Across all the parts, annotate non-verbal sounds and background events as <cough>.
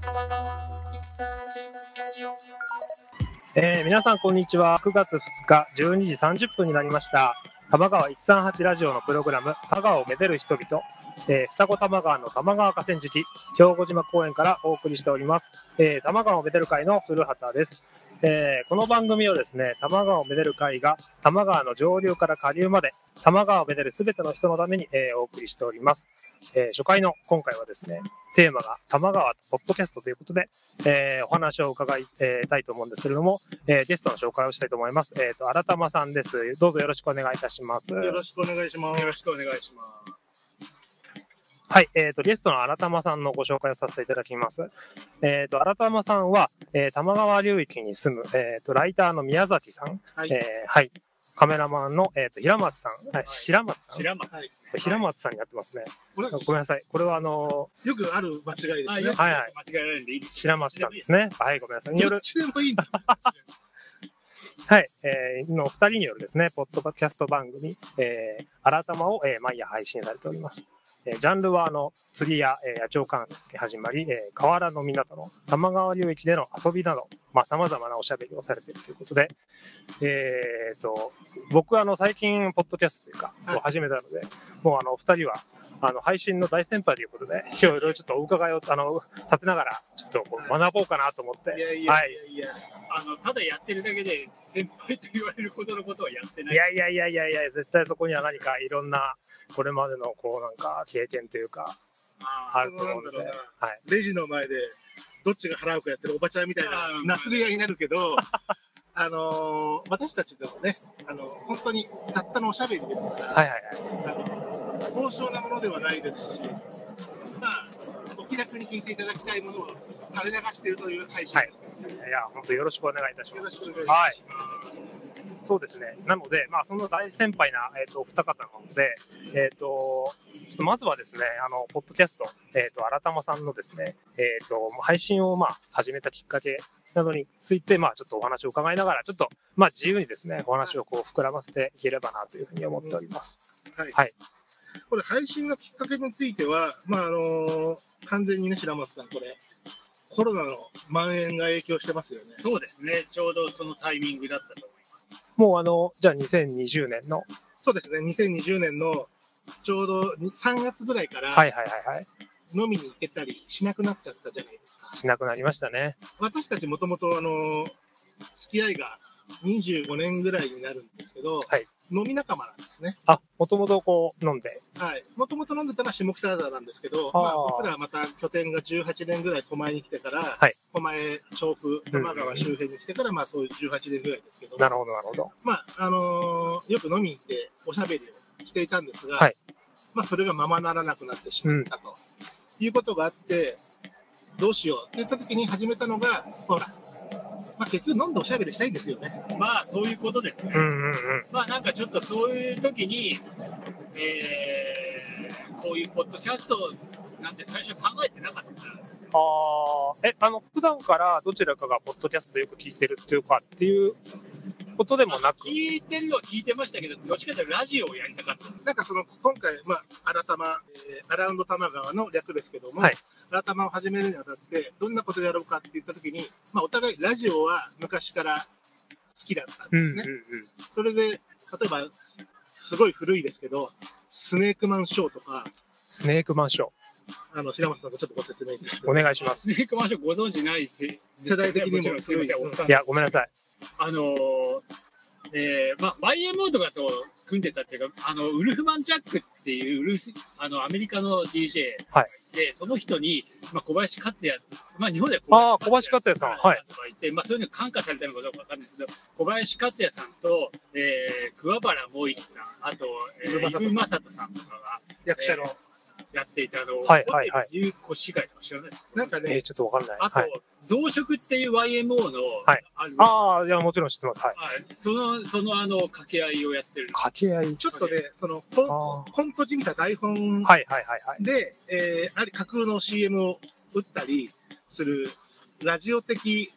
川川131ラジオえー皆さんこんにちは9月2日12時30分になりました玉川138ラジオのプログラム「田川をめでる人々」えー、二子玉川の玉川河川敷兵庫島公園からお送りしております、えー、玉川をめでる会の古畑です、えーこの番組をですね玉川をめでる会が多摩川の上流から下流まで多摩川をめでるすべての人のために、えーお送りしております、えー初回の今回はですねテーマが多摩川ポッドキャストということで、えーお話を伺い、えーたいと思うんですけれども、えーゲストの紹介をしたいと思います。えっ、と、新玉さんです。どうぞよろしくお願いいたします。よろしくお願いします。よろしくお願いしまはい、えっ、と、ゲストの新玉さんのご紹介をさせていただきます。えっ、と、新玉さんは、えー、玉川流域に住む、えっ、と、ライターの宮崎さん、はいえーはい、カメラマンの、えっ、と、平松さん、はい、白松さん、平松。はい。平松さんになってますね。これごめんなさい。これはあのよくある間違いですね。はいはい間違えられるんでいいです。白松さんですね。はい、ごめんなさい。によどるっ、ちでもいいんだ。はい、えーのお二人によるですね、ポッドキャスト番組、えー、新玉を、えー毎夜配信されております。えージャンルは、あの、釣りや、えー野鳥観察に始まり、えー河原の港の多摩川流域での遊びなど、まあ、様々なおしゃべりをされているということで、えーと、僕は、あの、最近、ポッドキャストというか、はいを始めたので、もう、あの、お二人は、あの、配信の大先輩ということで、今日いろいろちょっとお伺いを、あの、立てながら、ちょっとこう学ぼうかなと思って、いやいはやいい。やいや。あの、ただやってるだけで、先輩と言われることのことはやってないい。やいやいやいやいや、絶対そこには何かいろんな、これまでのこうなんか経験というか、あると思うんでそのなんだろはうな。レジの前で、どっちが払うかやってるおばちゃんみたいなう、んなすり合いになるけど、 <laughs> あのー私たちでもね、あの、本当にたったのおしゃべりですから、はいはいはい。あの高尚なものではないですし、まあ、お気楽に聞いていただきたいものを垂れ流しているという配信はいでいや、本当よろしくお願いいたしす。よまろす。しくお願いします。はい。そうですね。なので、まあ、その大先輩な、えっ、と、お二方なので、えっ、と、ちょっとまずはですね、あの、ポッドキャスト、えっ、と、新玉さんのですね、えっ、と、配信を、まあ、始めたきっかけなどについて、まあ、ちょっとお話を伺いながら、ちょっと、まあ、自由にですね、お話をこう、膨らませていければなというふうに思っております。はい。はいこれ、配信のきっかけについては、まあ、あのー完全にね、白松さん、これ、コロナの蔓延が影響してますよね。そうですね。ちょうどそのタイミングだったと思いまもう、あの、じゃあ、2020年の、そうですね、2020年のちょうどに3月ぐらいかはらいはいはいはい。飲みに行けたりしなくなっちゃったじゃないですか。しなくなりましたね。私たちもともと、あのー付き合いが25年ぐらいになるんですけど、はい飲み仲間なんですね。あ、もともとこう飲んで。はい。もともと飲んでたのは下北沢なんですけど、あーまあ、僕らはまた拠点が18年ぐらい狛江に来てから、はい狛江、調布、多摩川周辺に来てから、まあそういう18年ぐらいですけど、なるほど、なるほど。まあ、あのーよく飲みに行っておしゃべりをしていたんですが、はいまあそれがままならなくなってしまったと、いうことがあって、どうしようって言った時に始めたのが、ほら、まあ結局飲んでおしゃべりしたいんですよね。す。まあ、そういうことですね。うんうんうん。まあ、なんかちょっとそういう時に、えー、こういうポッドキャストなんて最初考えてなかったです。ああ、え、あの、普段からどちらかがポッドキャストよく聞いてるっていうかっていうことでもなく、聞いてるのは聞いてましたけど、どっちかというとラジオをやりたかった。なんかその、今回、まあ、新玉、えーアラウンド玉川の略ですけども、はい新玉を始めるにあたって、どんなことをやろうかって言ったときに、まあ、お互いラジオは昔から好きだったんうでんうんうすね。ん。それで、例えば、すごい古いですけど、スネークマンショーとか、スネークマンション、あの、白松さんがちょっとご説明いいですけどお願いします。 <laughs> スネークマンションご存知ない世世代的にもちろんすいません、おっさんいや、ごめんなさい。あのーえーまあ、YMO とかと組んでたっていうか、あの、ウルフマン・ジャックっていうウルフ、あの、アメリカの DJ はいで、その人に、まあ、小林克也、まあ、日本ではああー、小林克也さん。はい。とかいて、まあ、そういうのに感化されたのかどうかわかんないですけど、小林克也さんと、えー、桑原萌一さん、あと、え伊ー、武伊武雅人さんとかが役者の。やっていた、あの、はいはいはいホテル有効市会とか知らないですかなんかえーね、ちょっとわかんない。あと、はい。増殖っていう YMO の、はいあのああ、いや、もちろん知ってます。はい。はい、その、その、あの、掛け合いをやってる。掛け合い。ちょっとね、その、あコあ。はンコントじみた台本いはいはいはい。で、えー、あり架空の CM を打ったりする、ラジオ的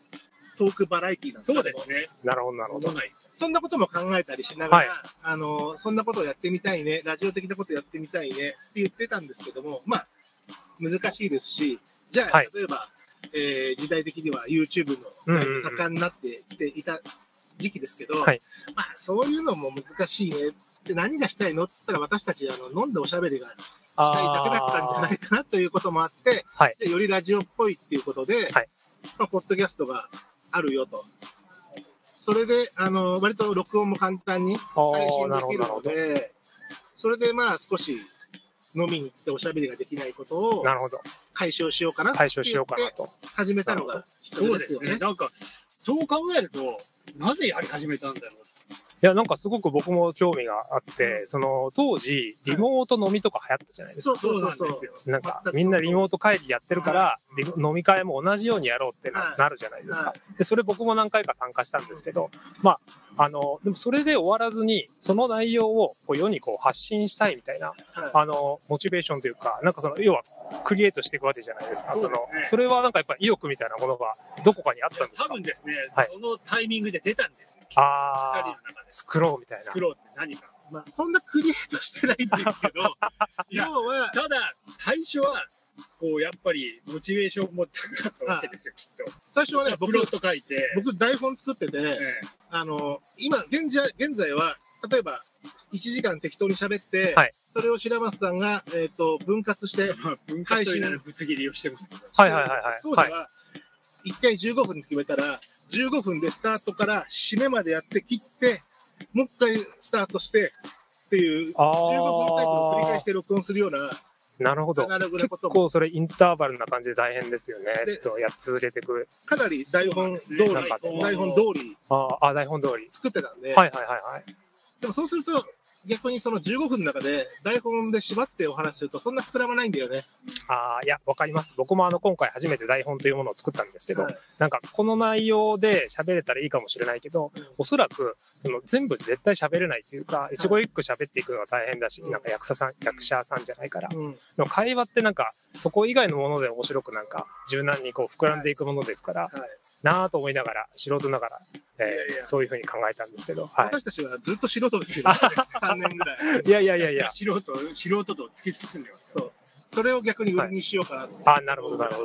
トークバラエティーなんけそどうですね。なるほど、なるほど都。内そんなことも考えたりしながはら、いあの、そんなことをやってみたいね、ラジオ的なことやってみたいねって言ってたんですけども、まあ、難しいですし、じゃあ、はい例えば、えー時代的には YouTube うんのうんうん盛んになってきていた時期ですけど、はいまあそういうのも難しいねで何がしたいのって言ったら私たちあの飲んでおしゃべりがしたいだけだったんじゃないかなということもあって、はいでよりラジオっぽいっていうことで、はいまあ、ポッドキャストがあるよと。それで、あの、割と録音も簡単にあー配信なでるほきどなるるほのど。で、それでまあ少し飲みに行っておしゃべりができないことをなるほど。解消しようかなって解消しようかなと。始めたのがきっかそけうでですすよね。ね。なんか、そう考えると、なぜやり始めたんだろう。いや、なんかすごく僕も興味があって、その当時、リモート飲みとか流行ったじゃないですか。そうそうそうそうそうなんですよ。なんかみんなリモート会議やってるから、リモ飲み会も同じようにやろうってな,、はいなるじゃないですかは。で、それ僕も何回か参加したんですけど、まあ、あの、でもそれで終わらずに、その内容をこう世にこう発信したいみたいな、はあの、モチベーションというか、なんかその、要はクリエイトしていくわけじゃないですか。そそうですねの、それはなんかやっぱ意欲みたいなものがどこかにあったんです多か分ですね、はいそのタイミングで出たんですよ。二人のああ、中で。作ろうみたいな作。ろうって何か。いまあ、そんなクリエイトしてないんですけど、 <laughs> いや要は、ただ、最初は、こう、やっぱり、モチベーションも高かったわけですよ、きっと。最初はね、プ僕ロ、ット書いて、僕台本作ってて、ええあの、今、現在、現在は、例えば、1時間適当に喋って、はいそれを白松さんが、えっ、と、分割して、まあ文化というならぶつ切りをしてますけど。はいはいはい当時はい。は、1回15分で決めたら、15分でスタートから締めまでやって切って、もう一回スタートして、っていう、あ15分サイクルを繰り返あして録音するような、なるほど。アナログな結ことも構それインターバルな感じで大変ですよね。でちょっとやっ続けていく。かなり台本通り、なんかね台本通りあーあー、台本通り。作ってたんで、はいはいはいはい。でもそうすると、逆にその15分の中で台本で縛ってお話しするとそんな膨らまないんだよね。ああ、いや、わかります。僕もあの、今回初めて台本というものを作ったんですけど、はいなんかこの内容で喋れたらいいかもしれないけど、うんおそらく、その全部絶対喋れないというか、一語一句喋っていくのは大変だし、うんなんか役者さん、役者さんじゃないから、うんでも会話ってなんか、そこ以外のもので面白くなんか、柔軟にこう膨らんでいくものですから、はいなぁと思いながら、素人ながら、えーいやいやそういうふうに考えたんですけど、はい。私たちはずっと素人 <laughs> ですよ、3年ぐらい。いやいやいやいや、素人、素人と突き進んでますよ。それを逆に売りにしようかなと。あなるほど、なるほ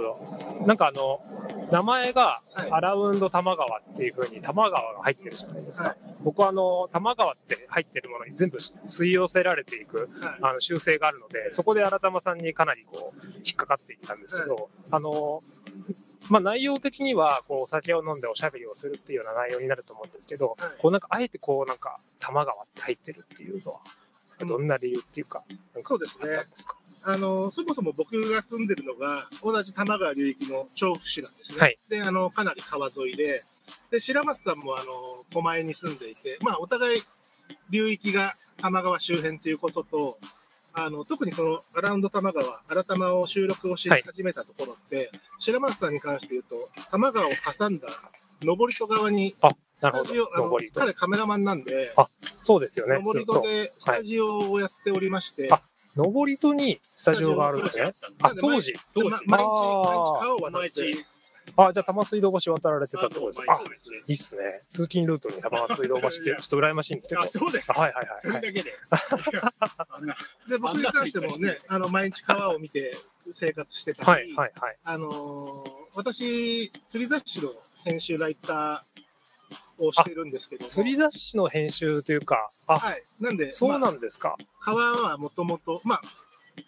ど。なんかあの、名前がはいアラウンド多摩川っていうふうに多摩川が入ってるじゃないですか。はい僕はあの、多摩川って入ってるものに全部吸い寄せられていくはいあの修正があるので、そこで新玉さんにかなりこう、引っかかっていったんですけど、あの、まあ、内容的には、こう、お酒を飲んでおしゃべりをするっていうような内容になると思うんですけど、はいこう、なんか、あえてこう、なんか、玉川って入ってるっていうのは、どんな理由っていうか、なんかそうですあねったんですかあの、そもそも僕が住んでるのが、同じ多摩川流域の調布市なんですね。はいで、あの、かなり川沿いで、で、白松さんも、あの、狛江に住んでいて、まあ、お互い流域が多摩川周辺ということと、あの、特にその、アラウンド多摩川、新玉を収録をしはい始めたところって、白松さんに関して言うと、多摩川を挟んだ上り戸側に、あ、なるスほタジオ、あど。の上り、と。彼カメラマンなんで、あそうですよね。上り戸でスタジオをやっておりまして、あそう上り戸にスタジオがあるんです当時あねっ。たんだあ、当時。当ま毎日、時毎日あー川を渡毎って、日、あ、じゃあ、玉水道橋渡られてたってことですか。ああ、いいっすね。通勤ルートに玉水道橋って、ちょっと羨ましいんですけど。あそうですあはいはいはい <laughs> それはい。だけで。あんなで、僕に関してもあんなのいねっぱいして、あの、毎日川を見て生活してたはり、いはいはい。あのー私、釣り雑誌の編集ライターをしてるんですけども、釣り雑誌の編集というか、あ、はい。なんで、そうまなんですか。あ川はもともと、まあ、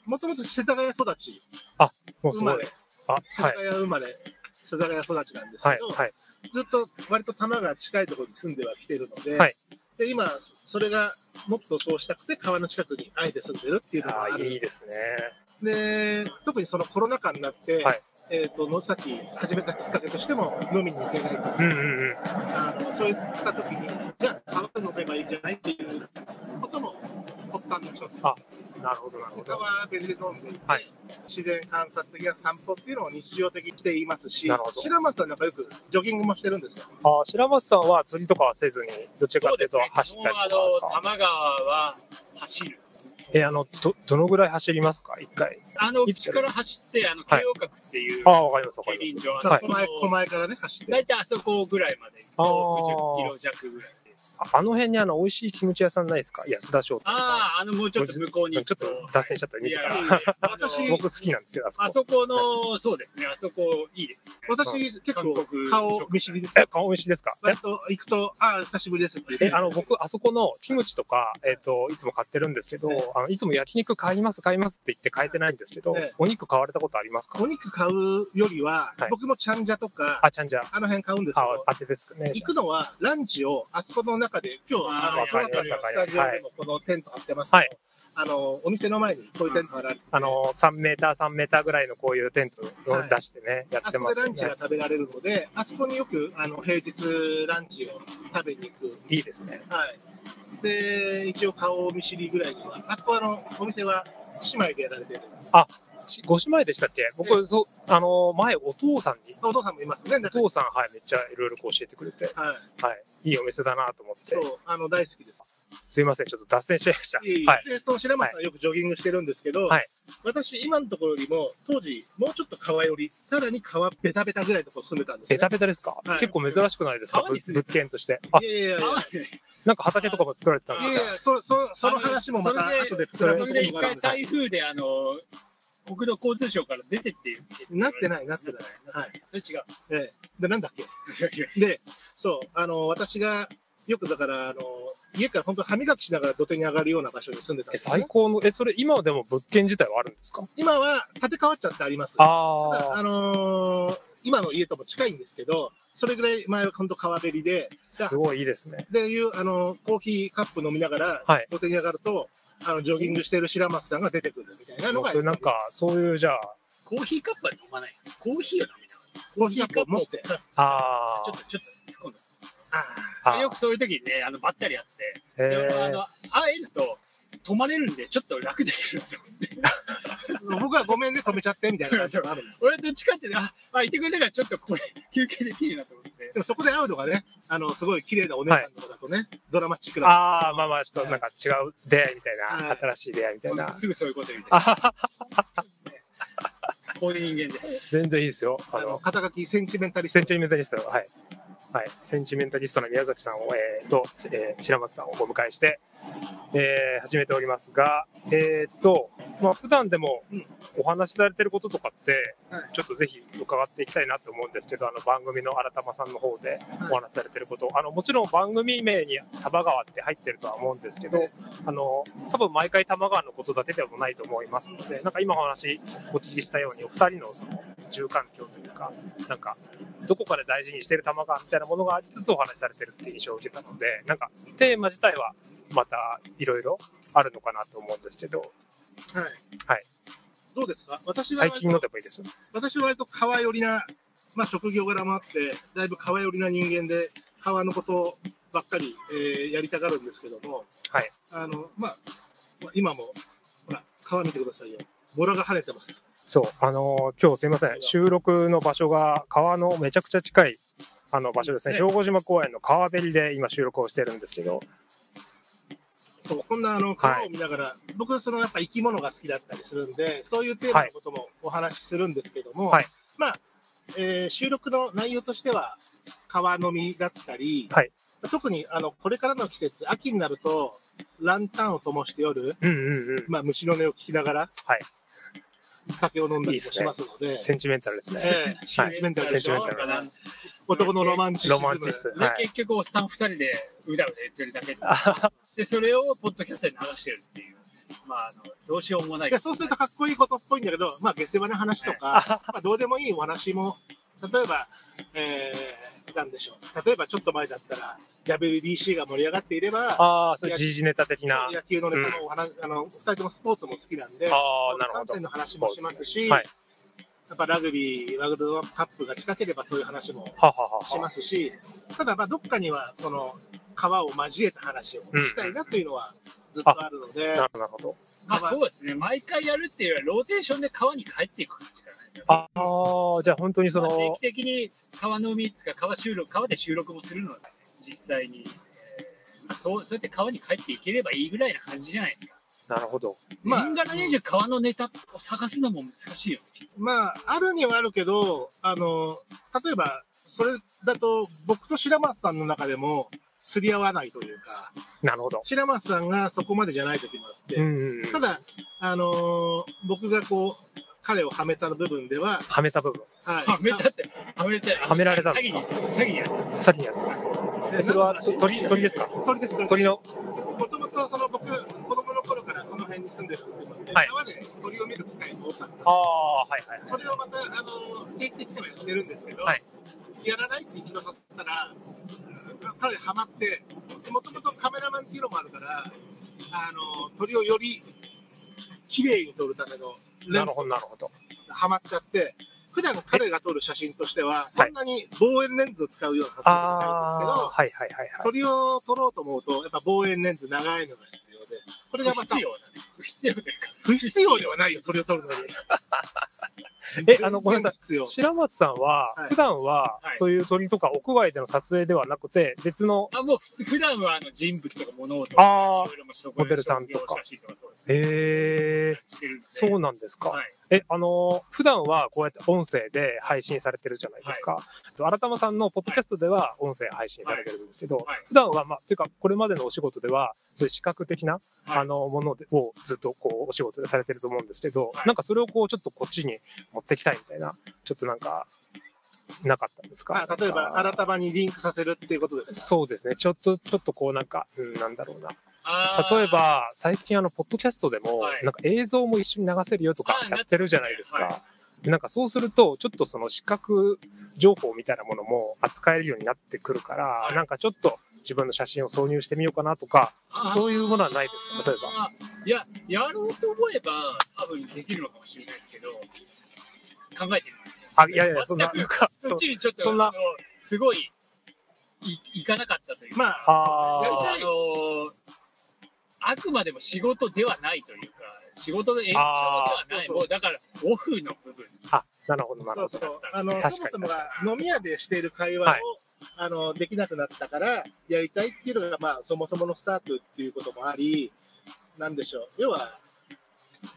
もともと世田谷育ち、もうすご生まいれ、。あ、世は田い。谷生まれ、世田谷育ちなんですはけいど、はい。ずっと割と玉が近いところに住んでは来てるので、はいで今、それがもっとそうしたくて川の近くにあえて住んでるっていうのがああるんーですいいですね。で、特にそのコロナ禍になって、はいえっ、と、のさっき始めたきっかけとしても、飲みに行けないとか、うんうんうん。あのそういった時に、じゃあ、川で飲めばいいんじゃないっていうことも発端の一つ。なるほどなるほど。川辺で飲んでいて、はい自然観察的な散歩っていうのを日常的にしていますしなるほ、ど白松さんなんかよくジョギングもしてるんですよ。あ、白松さんは釣りとかはせずに、どっちかっていうと走ったりとかあのですか。、多摩川は走る。え、あの、ど、どのぐらい走りますか一回。あの、いこつから走って、あの、はい慶応閣っていう、あ、わかりますわか競り輪ます。場、あはいそこ狛江狛江からね、走って。大体あそこぐらいまで、あー50キロ弱ぐらいです。ああの辺にあの、美味しいキムチ屋さんないですか安田商店さ。ああ、あの、もうちょっと向こうんにちょ行っくと脱線しちゃったいね。や、時間私、僕好きなんですけど、あそあこ。そこの、そうですね、あそこいいですね。私、結構韓国、顔見知りです。え、顔美味しいですかえ割と行くと、ああ、久しぶりですって言え、ってあの、僕、あそこのキムチとか、えっ、と、いつも買ってるんですけど、ええあの、いつも焼肉買います、買いますって言って買えてないんですけど、ええお肉買われたことありますかお肉買うよりは、はい僕もちゃんじゃとか、あ、ちゃんじゃ、あの辺買うんですけあど、、当てですね。行くのは、ランチをあそこの中で、今日、あーあの、わかりまのすスタジオでもこのテント張ってますはいけど、あの、お店の前にこういうテント張られて、あの、3メーター、3メーターぐらいのこういうテントをはい出してね、やあっそてこまですラよンチがね。食べられるので、あそこによく、あの、平日ランチを食べに行く。いいですね。はい。で、一応顔見知りぐらいには、あそこはあの、お店は姉妹でやられてる。しご姉妹でしたっけえ僕、そう、あの、前、お父さんに、お父さんもいますね、お中に父さん、はい、めっちゃいろいろこう教えてくれて、はい。はい、いいお店だなと思ってそ、う、あの、大好きです。すいません、ちょっと脱線しちゃいました。いえいえはい。で、その白松さんよくジョギングしてるんですけど、はい私、今のところよりも、当時、もうちょっと川寄り、さらに川ベタベタぐらいのところ住んでたんですベよ、タベタですか、はい結構珍しくないですか川ぶに住んで物た件として。あい、やいやいや。あねなんか畑とかも作られてたんいですやかいや、そそその話もまた後でそれそれで一回な台風で、あの、国土交通省から出てっていう。ってない、なってない。はい。それ違う。ええで、なんだっけで、そう、あの、私が、よくだから、あの、家から本当歯磨きしながら土手に上がるような場所に住んでたんえですよ、最ね。高の、え、それ今でも物件自体はあるんですか今は建て替わっちゃってあります。あああ、のー今の家とも近いんですけど、それぐらい前は本当川べりで、すごいいいですね。でいう、あのーコーヒーカップ飲みながらはい、土手に上がると、あの、ジョギングしてる白松さんが出てくるみたいなのもうが、それなんか、そういう、じゃあ、コーヒーカップは飲まないです。コーヒーを飲みながコーヒーカップ持って、あら。ちょーっと、ちょっと、今度。ああー、よくそういう時にね、あの、ばったりやって、へであえの、ああいうのと、止まれるんで、ちょっと楽できるんですよ。ー僕はごめんね、止めちゃって、みたいな感じ <laughs> があるんで。俺どっちかっていうと、あ、あいてくれたからちょっとこれ、休憩できるなと思って。でもそこで会うのがね、あの、すごい綺麗なお姉さんとかだとね、ドラマチックな。あー、まあまあ、ちょっとなんか違う出会いみたいな、はい新しい出会いみたいな。すぐそういうこと言うてあははこういう人間です。全然いいですよ。ああの、の、肩書きセンチメンタリストセン。チメンタリストの、はい。はい。センチメンタリストの宮崎さんを、えー、と、えー白松さんをお迎えして、えー始めておりますが、えー、と、まあ、普段でもうんお話しされてることとかって、はいちょっとぜひ伺っていきたいなと思うんですけど、あの、番組の新玉さんの方でお話しされてること、あの、もちろん番組名に多摩川って入ってるとは思うんですけど、あの、多分毎回多摩川のことだけでもないと思いますので、なんか今お話お聞きしたように、お二人のその住環境というか、なんか、どこかで大事にしてる玉川みたいなものがありつつお話しされてるっていう印象を受けたので、なんか、テーマ自体はまたいろいろあるのかなと思うんですけど、はい。はい。どうですか私は最割と近のでもいいですよね。私は割と川寄りな、まあ、職業柄もあって、だいぶ川寄りな人間で、川のことばっかり、えーやりたがるんですけども、はい。あの、まあ、まあ今も、ほら、川見てくださいよ。ボラが跳ねてます。そう、あのー今日すいません、収録の場所が川のめちゃくちゃ近い、あの場所ですね、ね兵庫島公園の川べりで今収録をしてるんですけど、そう、こんなあの、川を見ながら、僕はそのやっぱ生き物が好きだったりするんで、そういうテーマのこともお話しするんですけども、はいまあ、えー収録の内容としては、川の実だったり、はい特にあの、これからの季節、秋になると、ランタンを灯して夜、うんうんうん、まあ、虫の音を聞きながら、はい酒を飲んだりもしますので、センチメンタルですね。ええシンジメンタルでしょ、はいセンチメンタル男のロマンチシズムロマンチスト。で、はい。結局、おっさん二人でうだうだ言ってるだけであははで、それをポッドキャストに流してるっていう、まあ、あのどうしようもないでそうするとかっこいいことっぽいんだけど、まあ、下世話な話とか、まあ、どうでもいいお話も、例えば、えー、なんでしょう。例えば、ちょっと前だったら、WBC が盛り上がっていれば、あー、そういう時事ネタ的な。野球のネタのお話、あの、二人ともスポーツも好きなんで、ああ、なるほ観ど。点の話もしますし、はい。やっぱラグビー、ワールドカップが近ければそういう話もはははしは。ますし、ただ、まあ、どっかには、その、川を交えた話をしたいなというのは、ずっとあるので、なるほど。まあ、そうですね、毎回やるっていうよりは、ローテーションで川に帰っていく感じじゃないですか。ああ、じゃあ本当にそまあ定の期、的に川の海つか川収録、川で収録もするので、実際に、えーまあそう、そうやって川に帰っていければいいぐらいな感じじゃないですか。なるほど。まあ年がら年中川のネタを探すのも難しいよね。まあ、あるにはあるけど、あの、例えば、それだと、僕と白松さんの中でも、すり合わないというか、なるほど。白松さんがそこまでじゃない時もあって、うんうんうん。ただ、あのー僕がこう、彼をはめた部分では、はめた部分。はい。はめたって、はめて、はめられたん詐で欺に、詐欺にやる。さっきにある。あえそれは鳥、鳥ですか鳥です、鳥鳥の。もともとその僕、子供の頃からこの辺に住んでるんですけど、はい川で鳥を見る機会が多かった。ああ、はいはいはい。それをまた、あのー定期的にはやってるんですけど、はいやらないって一度取ったら、彼ハマって、もともとカメラマンっていうのもあるから、あのー鳥をより綺麗に撮るためのレなンるほど、なるほど。ハマっちゃって、普段彼が撮る写真としては、はそいんなに望遠レンズを使うような撮影じゃないんですけああ、ど、はいはいはいはい。鳥を撮ろうと思うと、やっぱ望遠レンズ長いのが必要で、これが不また必要だね。不必要だよ。不必要ではないよ、鳥を撮るのに。 <laughs> えあのごめんなさい。必要。白松さんはは、い普段はは、いそういう鳥とか屋外での撮影ではなくて、別の、あ、もう普普段はあの人物とか物をとか、あいあ、ろいろもモデルさんとか職業写真とかそうですへえ、してるんで。そうなんですか。はい。え、あのー普段はこうやって音声で配信されてるじゃないですか。新玉さんのポッドキャストでは音声配信されてるんですけど、はい普段は、まあ、というか、これまでのお仕事では、そういう視覚的な、はいあの、ものでをずっとこう、お仕事でされてると思うんですけど、はいなんかそれをこう、ちょっとこっちに持ってきたいみたいな、ちょっとなんか、なかったんですかあ例えば、なん新かたまにリンクさせるっていうことですそうですね。ちょっと、ちょっとこうなんか、うん、なんだろうな。あー例え、ば、最近あの、ポッドキャストでも、はいなんか映像も一緒に流せるよとかあーやってるじゃないですか。はなんかそうすると、ちょっとその視覚情報みたいなものも扱えるようになってくるから、いなんかちょっと自分の写真を挿入してみようかなとか、あーそういうものはないですか例えば。ば。いや、やろうと思えば、多分できるのかもしれないですけど、考えてるんです。あ、いやいや、そんな、全なんか、そ <laughs> っちにちょっと、そんなあのすごい、い、いかなかったというか、まあ、あやりあたいあのーあくまでも仕事ではないというか、仕事の延長ではない、あーもうだからオフの部分。あ、なるほど、なるそほうど。そう。あの、確かにそもそもが飲み屋でしている会話を、はいあの、できなくなったから、やりたいっていうのが、まあ、そもそものスタートっていうこともあり、なんでしょう。要は、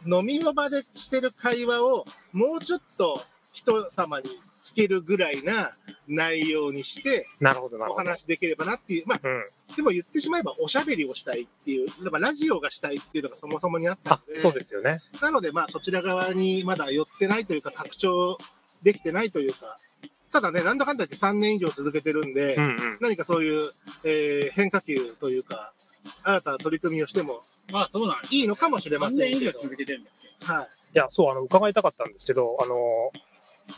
飲みの場でしてる会話を、もうちょっと人様に聞けるぐらいな内容にして、なるほど、なるおほど。話しできればなっていう。まあ、うん。でも言ってしまえば、おしゃべりをしたいっていう、まあラジオがしたいっていうのがそもそもにあったあの、で、そうですよね。なので、まあ、そちら側にまだ寄ってないというか、拡張できてないというか、ただね、なんだかんだ言って3年以上続けてるんで、うんうん。何かそういう、えー変化球というか、新たな取り組みをしてもまあそうなんです。いいのかもしれま3せん年以け上ど、続けてるんだっけはい、いや、そう、あの、伺いたかったんですけど、あの、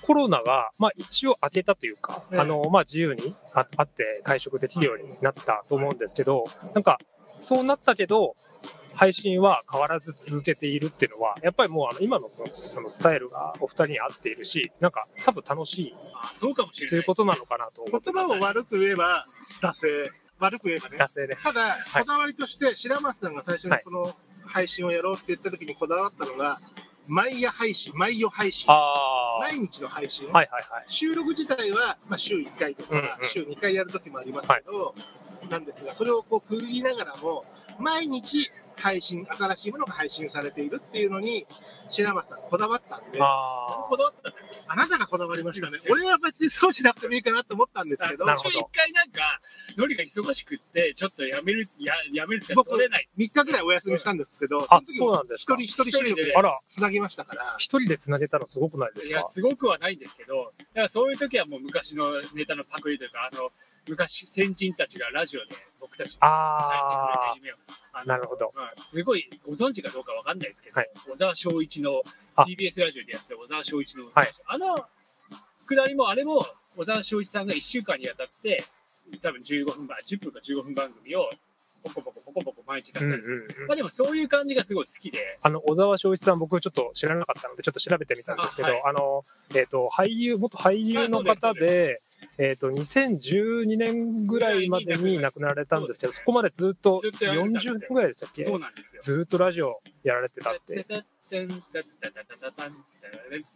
コロナが、まあ一応明けたというか、ええあの、まあ自由にああって会食できるようになったと思うんですけど、なんか、そうなったけど、配信は変わらず続けているっていうのは、やっぱりもうあの今のそのそのスタイルがお二人に合っているし、なんか多分楽しあーそうかもしいれとないい。うことなのかなと思って。言葉を悪く言えば、惰性、悪く言えばね。惰性で。ただ、いこだわりとして、白松さんが最初にはいこの配信をやろうって言った時にこだわったのが、毎夜配信、毎夜配信、ああー。はい毎日の配信。はいはい。収録自体は、まあ、週1回とか、うんうん週2回やるときもありますけど、なんですが、それをこう区切りながらも、毎日配信、新しいものが配信されているっていうのに、白松さんこだわったんで、ああこだわったんだなたがこだわりましたね。俺は別にそうしなくてもいいかなと思ったんですけどな、る途ほ中ど一回なんか、ノリが忙しくって、ちょっとやめる、ややめるって僕取れない。 3日ぐらいお休みしたんですけど、あ。あの、時そうもなんです一か人。一人収一人録であら、つなぎましたから、一人で繋げたのすごくないですいやか、すごくはないんですけど、だからそういう時はもう昔のネタのパクリというか、あの、昔先人たちがラジオで僕たちにあ夢をああ、なるほど。まあ、すごいご存知かどうかわかんないですけど、はい小沢昭一のあ TBS ラジオでやってた小沢昭一の、はいあのくだりもあれも小沢昭一さんが1週間にわたって多分15分番10分か15分番組をポコポコポコポコ毎日出しうたんり、うんうん。まあでもそういう感じがすごい好きで、 <laughs> あの、小沢昭一さん、僕ちょっと知らなかったので、ちょっと調べてみたんですけど、あ,、あはいの、えっ、と、俳優、元俳優の方あそうですで、えっ、と、2012年ぐらいまでに亡くなられたんですけど、そこまでずっとずっとやられてたんです40よ年ぐらいでしたっけそうなんですよ。ずっとラジオやられてたって。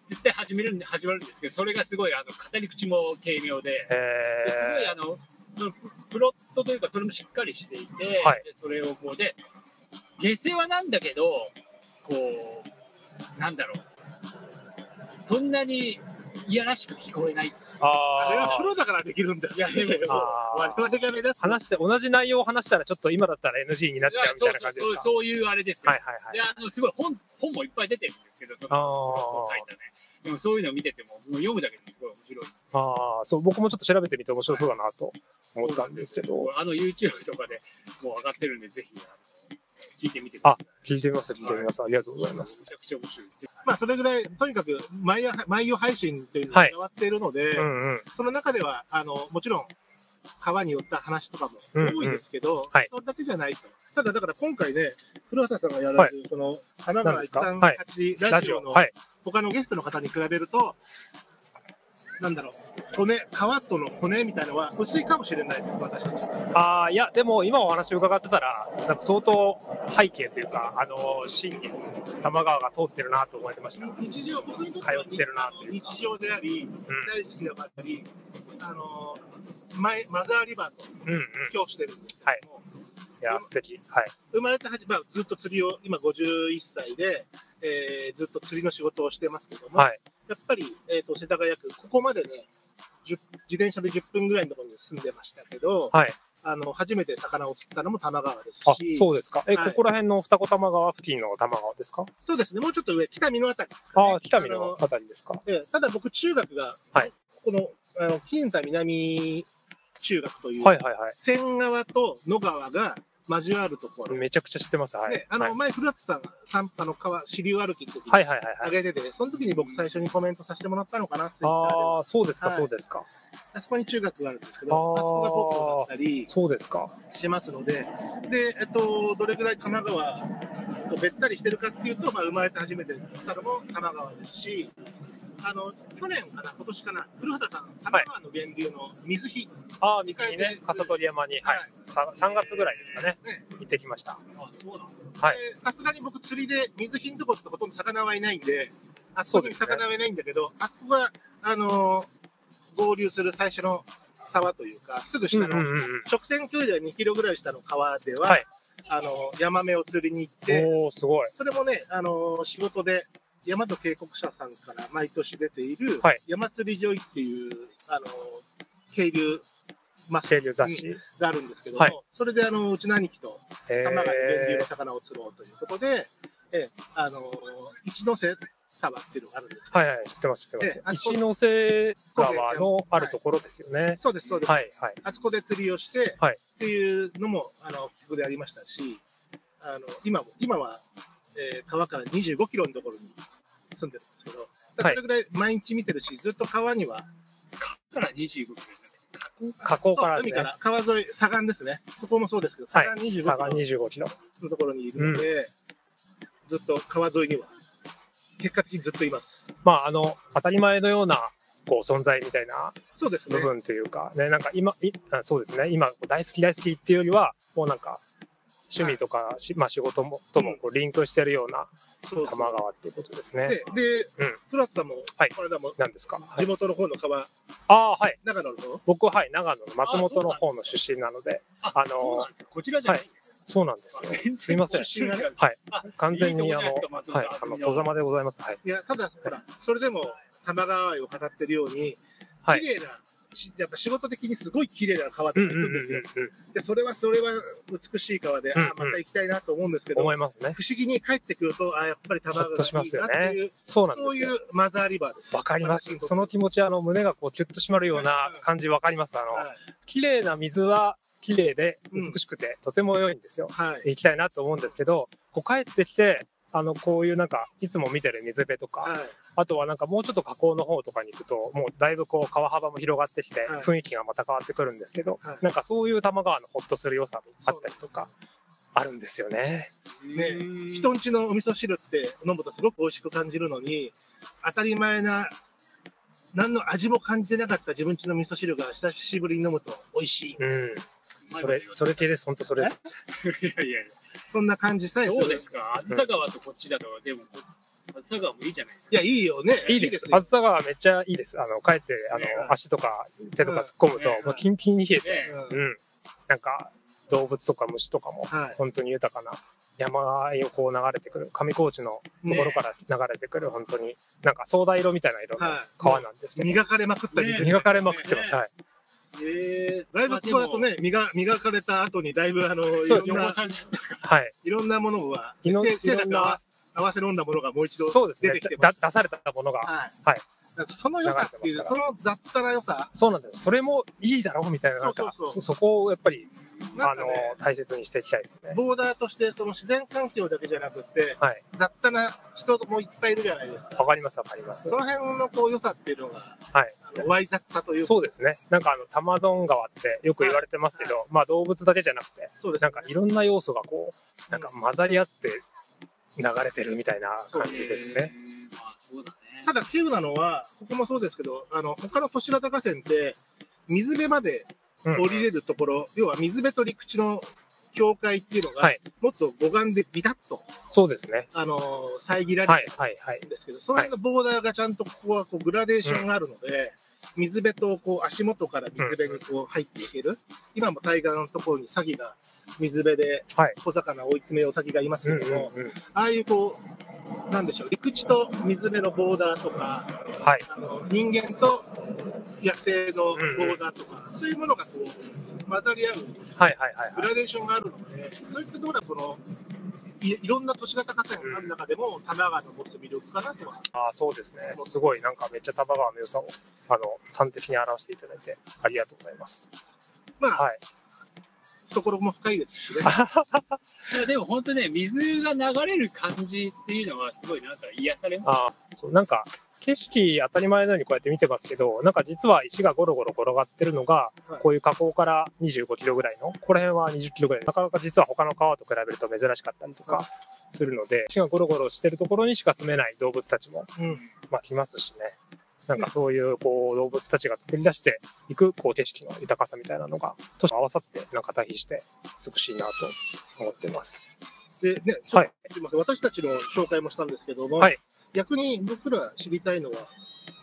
絶対始めるんで始まるんですけど、それがすごいあの語り口も軽妙で、えですごいー、あの、そのププロットというか、それもしっかりしていて、はいでそれをこうで、下世話なんだけど、こう、なんだろう、そんなにいやらしく聞こえないってあれはあプーロだからできるん <laughs> だよ。いやでも我あー。々が目立つ。話して、同じ内容を話したら、ちょっと今だったら NG になっちゃうみたいな感じでそすうそうか。そういうあれですよ。はいはいはいで。あのすごい本本もいっぱい出てるんですけど、そあの本書いたね。でもそういうの見てても、もう読むだけですごい面白い。ーあー、そう、僕もちょっと調べてみて面白そうだなと思ったんですけど、あの YouTube とかでもう上がってるんで、ぜひ、あの聞いてみてくだあさい。、聞いてみます、聞いてみます。ありがとうございます。めちゃくちゃ面白いです。まあ、それぐらい、とにかく毎夜、毎夜配信というのが変わっているので、うんうん。その中では、あの、もちろん、川に寄った話とかもうんうん多いですけど、はいそれだけじゃないと。ただ、だから今回ね、古畑さんがやらはれてる、この、花何川ですか138ララジジオオ、のはい。他のゲストの方に比べると、なんだろう、骨、川との骨みたいのは薄いかもしれないです、私たち。ああ、いや、でも今お話伺ってたら、なんか相当背景というか、あの、シーンに玉川が通ってるなと思ってました。うん。日常、僕にとって通ってるなはというか日常であり、大好きでもあったり、あの、前、マザーリバーとうんうん。い今日してるんですけども、や、素敵。はい。生まれて初め、まあ、ずっと釣りを、今51歳で、えーずっと釣りの仕事をしてますけども、はい。やっぱり、えっ、と、世田谷区、ここまでね、10自転車で10分ぐらいのところに住んでましたけど、はい。あの、初めて魚を釣ったのも多摩川ですあ、し、そうですか。え、はいここら辺の二子玉川付近の玉川ですかそうですね、もうちょっと上、北見のあたりですかね。ああ、北見のああたりですかええただ僕、中学が、はいこの、あの、金座南中学という、はいはいは仙川と野川が交わるところ。い。めちゃくちゃ知ってます。はい。ね、あの、はい前、古畑さんが、散歩の川、支流歩きの時に、はいはいはいはあい。げてて、その時に僕最初にコメントさせてもらったのかな、ツイッターあで。あ、そうですか、はいそうですか。あそこに中学があるんですけあど、ーあそこが母校だったりそうですか。しますので、で、えっと、どれぐらい神奈川とべったりしてるかっていうと、まあ、生まれて初めてだったのも神奈川ですし、あの、去年かな、今年かな、古畑さん、神奈川の源流の水引、ああ、道にね、笠取山に、はいはい。さ3月ぐらいですかねね。行ってきました。あ、そうなんですはい。でさすがに僕釣りで水引のとこってほとんど魚はいないんで、あそこに魚はいないんだけど、あそこが、あのー合流する最初の沢というか、すうぐん下うんの、うん直線距離では2キロぐらい下の川では、はいあのヤマメを釣りに行っうん。て、おおーすごい。それもね、あの仕事で、大和渓谷社さんから毎年出ている、はい山釣りジョイっていう、あの渓流マス渓流雑誌。へがあるんですけども、はいそれで、あのうちの兄貴と、え玉川源流の魚を釣ろうということで、ええあの一ノ瀬沢っていうのがあるんですけど、はいはい、知ってます、知ってええあまそす。こ一ノ瀬川のあるところですよね。そうです、そうです。はい、はい。あそこで釣りをして、はいっていうのも、あの、企画でありましたし、あの、今も、今は、えー川から25キロのところに住んでるんですけど、だからはいそれぐらい毎日見てるし、ずっと川には、か。だから25分ですね。河口からですね海か。ら、川沿い、左岸ですね。そこもそうですけど、は左岸い。 25差キがロ25キロ。のところにいるので、ずっと川沿いには、結果的にずっといます。まあ、あの、当たり前のような、こう、存在みたいなそうですね部。分というか、ね、なんか今、いあそうですね、今、大好き大好きっていうよりは、もうなんか、趣味とか、しまあ仕事も、ともこうリンクしてるようなそう多摩川っていうことですね。で、でうん、プラスさんも、はいこれだも、何ですか、は地い、元の方の川、ああー、はい。長野の方、僕は、はい、長野の松本の方の出身なので、ああのーそうなんですか。こちらじゃないんですか。そうなんですよ全。然すいません。出身がねはいあ。完全に、あいいのとこじゃないです、かはい、あの、戸様でございます。はい。いや、ただ、ほら、それでも、玉川愛を語ってるように、はい綺麗な、しやっぱ仕事的にすごい綺麗な川ってうん行うんうんくんうんですよ。で、それはそれは美しい川で、うんうんああ、また行きたいなと思うんですけうん。ど、思いますね。不思議に帰ってくると、ああ、やっぱり玉川ほっがといいしなっまてすよねいう、そうなんでそうすいよ。うマザーリバーです。わかりま私す。にとってその気持ち、あの、胸がこう、キュッと締まるような感じ、わかります。あの、はい綺麗な水は綺麗で、うん美しくて、とても良いんですよ。はい。行きたいなと思うんですけど、こう、帰ってきて、あの、こういうなんか、いつも見てる水辺とはか、い。あとはなんかもうちょっと河口の方とかに行くと、もうだいぶこう川幅も広がってきてはい、雰囲気がまた変わってくるんですけどはい、なんかそういう多摩川のほっとする良さもあったりとか、あるんですよね。ね人んちのお味噌汁って飲むとすごく美味しく感じるのに、当たり前な、何の味も感じてなかった自分ちの味噌汁が久しぶりに飲むと美味しい。うん。それ、それ系です。本当それです。いやいやいそんな感じさえや。するそうですか。あずさ川とこっちだと、でも、あずさ川もいいじゃないですか。いや、いいよね。いいです。あよずさ川めっちゃいいです。あの、帰って、あねの、足とか手とか突っ込むとね、もうキンキンに冷えて、ねううんん。なんか、動物とか虫とかもはい、本当に豊かな山あいをこう流れてくる、上高地のところから流れてくる、本当に、なんか壮大色みたいな色のはい。川なんですけど、磨かれまくったり、ね磨かれまくってます。ねはい。えライブツアーだとね。ね、磨磨かれた後にだいぶあのいそうろですんね汚なされちゃっはい。いろんなものは、いろんせ背いろん中なを合わ合わせ飲んだものがもう一度そうです出ねてきて。まだす。出されたものが、はい。はいだからその良さってい流れう、てそまの雑多な良さ、そうなんです。それもいいだろうみたいな、なんか、そうそうそそそこをやっぱり、なあんかのね、、大切にしていきたいですね。ボーダーとしてその自然環境だけじゃなくて、はい。雑多な人もいっぱいいるじゃないですわか。かります、わかりますそ。の辺のこう良さっていうのが、はい。あのわい雑さというか、そうですね。なんかあの、タマゾン川ってよく言われてますけど、まあ動物だけじゃなくて、そうですなんかいろんな要素がこう、なんか混ざり合って流れてるみたいな感た。じですね。えー。まあそうだね。ただ、稀有なのは、ここもそうですけど、あの、他の都市型河川って、水辺までうん降りれるところ、要は水辺と陸地の境界っていうのが、はいもっと護岸でビタッと、そうですね。あのー遮られてはい、はい、はいるん。ですけど、その辺のボーダーがちゃんとここはこうグラデーションがあるので、水辺とこう足元から水辺にこう入っていける。今も対岸のところにサギが、水辺ではい小魚を追い詰めようサギがいますうんけうんども、うん。ああいうこう、なんでしょう、陸地と水辺のボーダーとか、はい。あの人間と野生のボーダーとか、そういうものがこう混ざり合うはい、はい、はいグはい。ラデーションがあるので、そういったところはこのいいろんな都市型河川がある中でも、多摩川の持つ魅力かなとは、ああ、そうですね。すごい、なんかめっちゃ玉川の良さを、あの、端的に表していただいて、ありがとうございます。まあ、はい。懐も深いですしね。いやでも本当ね、水が流れる感じっていうのはすごいなんか癒されます。ああ、そう、なんか、景色当たり前のようにこうやって見てますけど、なんか実は石がゴロゴロ転がってるのが、はいこういう河口から25キロぐらいの、ここら辺は20キロぐらい、なかなか実は他の川と比べると珍しかったりとはかするので、石がゴロゴロしてるところにしか住めない動物たちも、うんまあ来ますしね。なんかそういう、こう、動物たちが作り出していく、こう、景色の豊かさみたいなのが、と合わさって、なんか対比して、美しいなと思ってます。でね、ちょはい。すいません私たちの紹介もしたんですけども、はい逆に僕ら知りたいのは、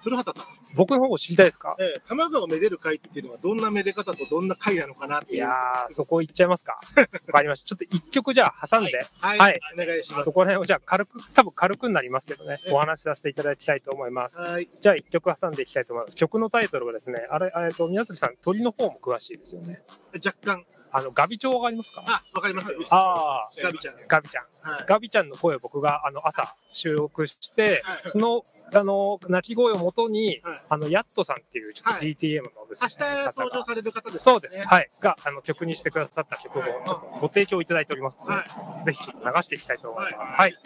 古畑さん、僕の方を知りたいですかえー、多摩川をめでる会っていうのは、どんなめで方とどんな会なのかなっていいう。やー、そこ行っちゃいますか。わかりました。ちょっと一曲じゃあ挟んで、はい、はいお願いします。そこら辺をじゃあ軽く、多分軽くになりますけどねえ、えお話しさせていただきたいと思います。はい。じゃあ一曲挟んでいきたいと思います。曲のタイトルがですね、あれ、えっと、宮崎さん、鳥の方も詳しいですよね。若干。あの、ガビチョウわかりますかあ、わかりますよ。ああ、ガビちゃん。ガビちゃん。はい。ガビちゃんの声を僕が、あの、朝、収録しては、いその、あの、鳴き声をもとにはい、あの、ヤットさんっていう、ちょっはとい DTM のです明ね、日方登場が、される方ですね。そうです。はい。が、あの、曲にしてくださった曲を、はちいょっとご提供いただいておりますのでは、ぜひちょっと流していきたいと思います。はいはい。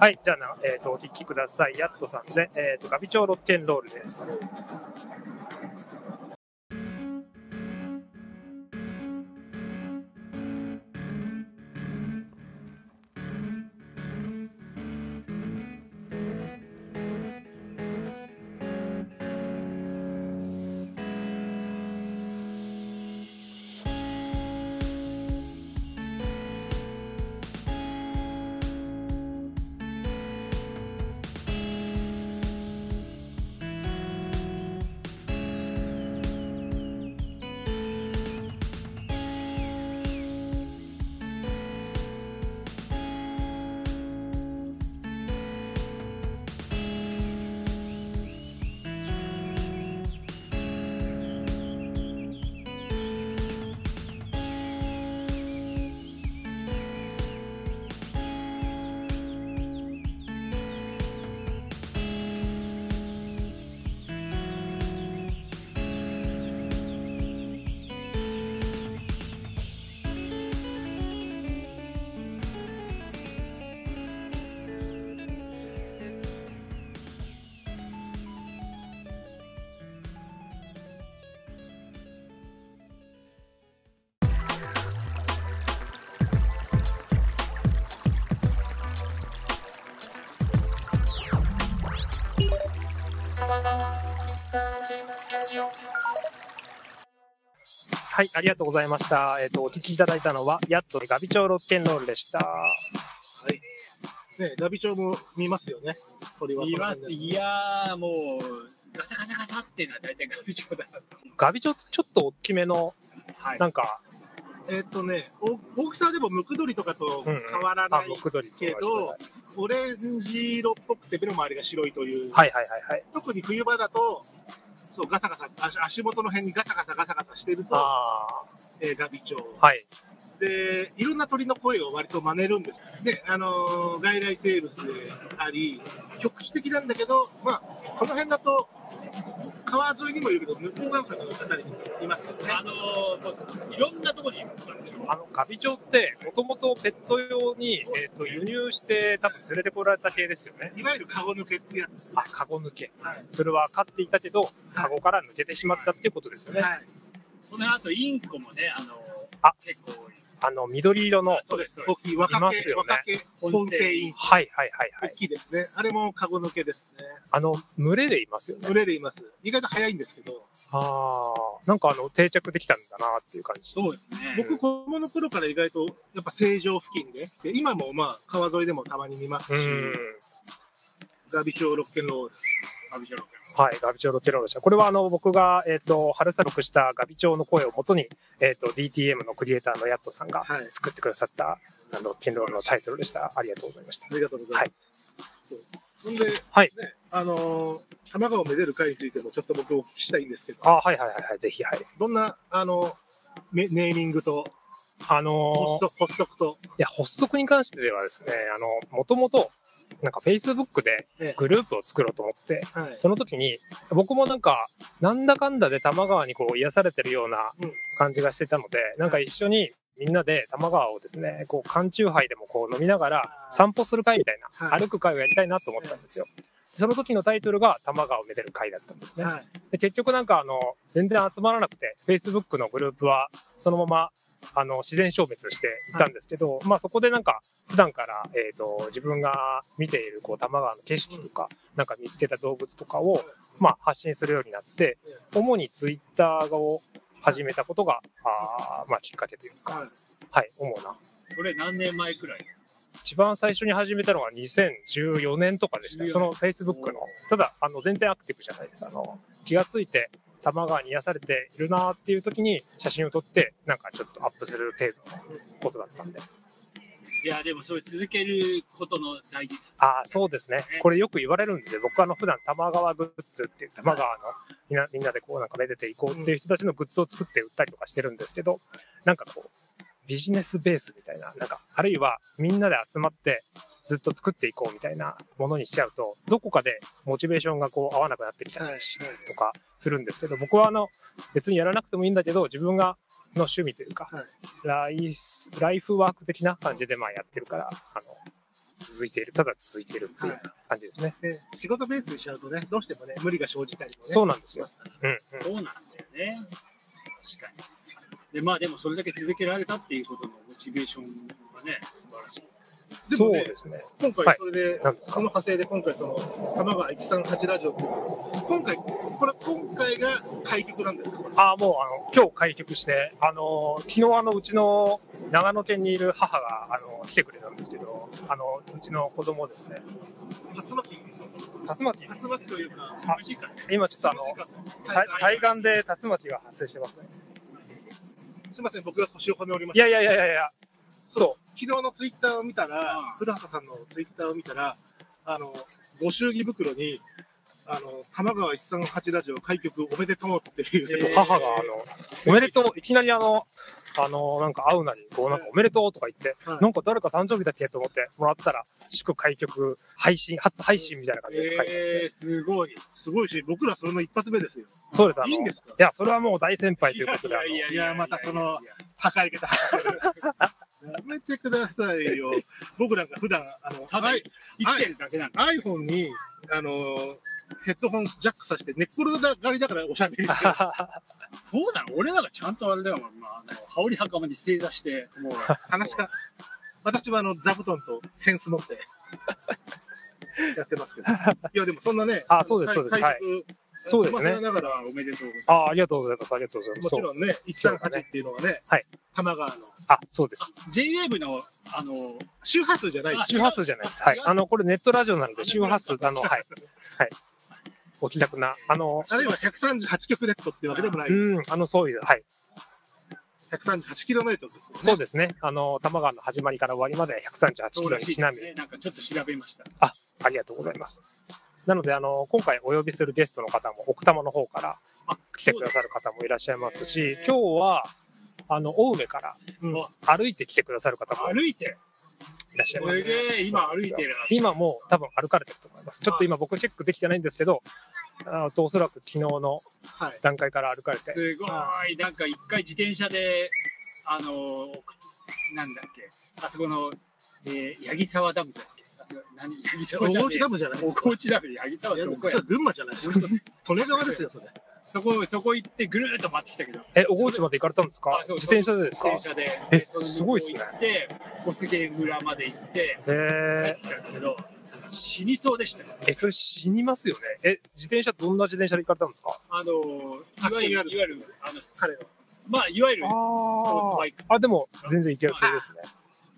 はい。じゃあな、えっ、と、お聴きください。やっとさんで、えっ、と、ガビチョウロッケンロールです。玉川サージラジオはい。ありがとうございました。えっ、と、お聴きいただいたのは、やっとでガビチョウロッケンロールでした。ね、ラビチョウも見ますよね。鳥はこいのま辺すで。いやー、もう、ガサガサガサっていうのは大体ガビチョウだ。ガビチョウってちょっと大きめの、はい。なんか、えっとね、お大きさはでもムクドリとかと変わらあない、木鳥とかけどオレンジ色っぽくて目の周りが白いという、はいはいはいはい。特に冬場だと、そうガサガサ足、足元の辺にガサガサガサガサしてると、あえー、ガビチョウ。あ、はい。で、いろんな鳥の声を割と真似るんです。で、あのー外来生物であり、局地的なんだけど、まあ、この辺だと、川沿いにもいるけど、向こう側の方にもいますけどね。あのーいろんなところにいますからねあの、ガビチョウって、もともとペット用に、えっ、と、輸入して、多分連れてこられた系ですよね。いわゆる顔抜けってやつですねあ、カゴ抜け。はい。それは飼っていたけど、カゴから抜けてしまったっていうことですよね。はい。その後、インコもね、あのーあ結構多い。あの、緑色の、はいそうです。大きい若いま手、すよね若手、本性インコ。はいはいは大い。きいですね。あれもカゴ抜けですね。あの、群れでいますよね群。れでいます。意外と早いんですけど、ああ、なんかあの、定着できたんだなっていう感じ。そうですね。僕子供の頃から意外と、やっぱ正常付近で、で今もまあ、川沿いでもたまに見ますし、うん。ガビチョウロッケンロール。ガビショロ君はい、ガビチョウロケロロシャ。これはあの、僕が、えっ、と、春作録したガビチョウの声をもとに、えっ、と、DTM のクリエイターのヤットさんがはい作ってくださった、あの、ケンロールのタイトルでした。ありがとうございました。ありがとうございます。そうほんで、はいね、あのー、玉川をめでる会についてもちょっと僕お聞きしたいんですけど、ああ、はいはいはいはい、ぜひ、はい。どんな、あの、めネーミングと、あのー発足発足と、いや、発足に関してではですね、あの、もともと、なんか Facebook でええグループを作ろうと思って、はい。その時に、僕もなんか、なんだかんだで多摩川にこう癒されてるようなうん感じがしてたので、なんか一緒にみんなで多摩川をですね、こう、缶中杯でもこう飲みながらあー散歩する会みたいな、はい歩く会をやりたいなと思ったんですよ。その時のタイトルが多摩川をめでる会だったんですね。はい。で結局なんかあの、全然集まらなくて、Facebook のグループはそのまま、あの、自然消滅していたんですけど、まあそこでなんか、普段から、えっ、と、自分が見ている、こう、多摩川の景色とか、なんか見つけた動物とかを、まあ発信するようになって、主に Twitter を始めたことが、あーまあきっかけというか、はいはい、主な。それ何年前くらいです一番最初に始めたのが2014年とかでした14よ。その Facebook の。ただ、あの、全然アクティブじゃないです。あの、気がついて、多摩川に癒されているなーっていう時に写真を撮って、なんかちょっとアップする程度のことだったんで。いや、でもそれ続けることの大事さ。ああ、そうですね。これよく言われるんですよ。僕はあの、普段多摩川グッズっていう、多摩川のみんなみんなでこうなんかめでていこうっていう人たちのグッズを作って売ったりとかしてるんですけど、なんかこう、ビジネスベースみたいな、なんか、あるいはみんなで集まってずっと作っていこうみたいなものにしちゃうと、どこかでモチベーションがこう合わなくなってきたりしはいはいとかするんですけど、僕はあの、別にやらなくてもいいんだけど、自分がの趣味というか、はいライス、ライフワーク的な感じでまあやってるから、あの、続いている、ただ続いているっていう感じですね。ね仕事ベースにしちゃうとね、どうしてもね、無理が生じたりもね。そうなんですよ。うん、うん。そうなんだよね。確かに。で、まあでもそれだけ続けられたっていうことのモチベーションがね、素晴らしい。でそもうね、ですね。今は回いそれで、なんですそかの派生で今回その、玉川138ラジオっていう、今回、これ今回が開局なんですかこれああ、もう、あの、今日開局して、あのー、昨日、あの、うちの長野県にいる母が、あの、来てくれたんですけど、あの、うちの子供をですね、竜巻、竜巻、竜巻というか、あ無事かね。今ちょっとあの、たは対い岸で竜巻が発生してますね。すみません、僕が腰を骨折りまいしやた。いやいやいやいや、そ昨日のツイッターを見たうんら、古畑さんのツイッターを見たら、あの、ご祝儀袋に、あの、玉川138ラジオ開局おめでとうっていう、う、母が、あの、おめでとう、いきなりあの、あの、なんか会うなり、こう、なんかおめでとうとか言って、はいなんか誰か誕生日だっけと思ってもらったら、祝開局、配信、初配信みたいな感じで書いてあって、えー、すごい。すごいし、僕らそれの一発目ですよ。そうです、あの、いいんいですかや、それはもう大先輩ということで、あの、いやまたその高いけど。やめてくださいよ。僕なんか普段、あの、ただ I- 生きてるだけなんだ。 iPhone に、あの、ヘッドホンジャックさせて、寝っ転がりだからおしゃべりしてる。そうなの俺らがちゃんとあれだよ、まあ、あの羽織袴に正座して、もう、 <laughs> 話が。私はあの、座布団とセンス持って、やってますけど。いや、でもそんなね。あそうですそうです対そうですね対局ながら、おめでとうございます。ああ、ありがとうございます。ありがとうございます。もちそう。ろんね、138っていうのはね、はい多摩川の、あ、そうです。 JWAVE の、あの、周波数じゃない。あ周波数じゃないです。はい違う。あの、これネットラジオなので、周波数、あの、はい。はい。お気楽な、あの、あるいは138曲ネットっていうわけでもない。うん、あの、そういう、はい。 138km ですよね。そうですね。あの、多摩川の始まりから終わりまで138キロにちなみ、ね。なんかちょっと調べました。ありがとうございます。なので、あの、今回お呼びするゲストの方も、奥多摩の方からあ来てくださる方もいらっしゃいますそうしで、すね今日は、あの、青梅からうん歩いて来てくださる方も歩いて。いらっしゃいます。すげえ今歩いてる今もう多分歩かれてると思います。ちょっと今僕チェックできてないんですけど、あとおそらく昨日のはい。段階から歩かれて、すごい。なんか一回自転車で、あの、なんだっけ、あそこの、えー、八木沢ダムだっけ。あそこ何八大木沢じ河内ゃねダムじゃないえ。で大すか河。内ダムで八木沢いダや、ム。僕は群馬じゃないですか。利根川ですよ、それ。そこ、そこ行ってぐるーっと回ってきたけど。え、小河内まで行かれたんですかあそう自転車でですか自転車で。えその向こうすごいっすね行って、小菅村まで行って、帰っえてきたんだけど、なんか死にそうでしたよ。ー、え、それ死にますよね。え、自転車どんな自転車で行かれたんですかあの、あいわゆる、いそわこにあるゆる、あの、彼は。まあ、いわゆる、スポーツあバイク。あ。あ、でも全然行けるそうですね。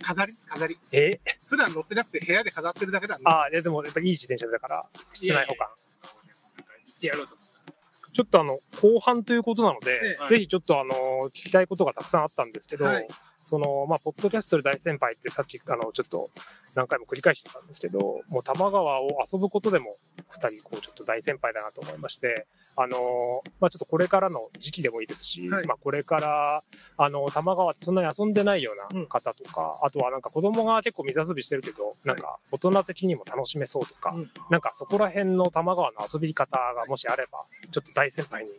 飾り飾り。え、普段乗ってなくて部屋で飾ってるだけなんで。あ、いやでもやっぱいい自転車だから、室内保管。なんか行ってやろうと思って。ちょっとあの、後半ということなので、ええぜひちょっとあの、聞きたいことがたくさんあったんですけど、はいその、まあ、ポッドキャストで大先輩ってさっき、あの、ちょっと何回も繰り返してたんですけど、もう多摩川を遊ぶことでも、二人、こう、ちょっと大先輩だなと思いまして、あの、まあ、ちょっとこれからの時期でもいいですし、はいまあ、これから、あの、多摩川ってそんなに遊んでないような方とか、あとはなんか子供が結構水遊びしてるけど、なんか大人的にも楽しめそうとか、うんなんかそこら辺の多摩川の遊び方がもしあれば、ちょっと大先輩に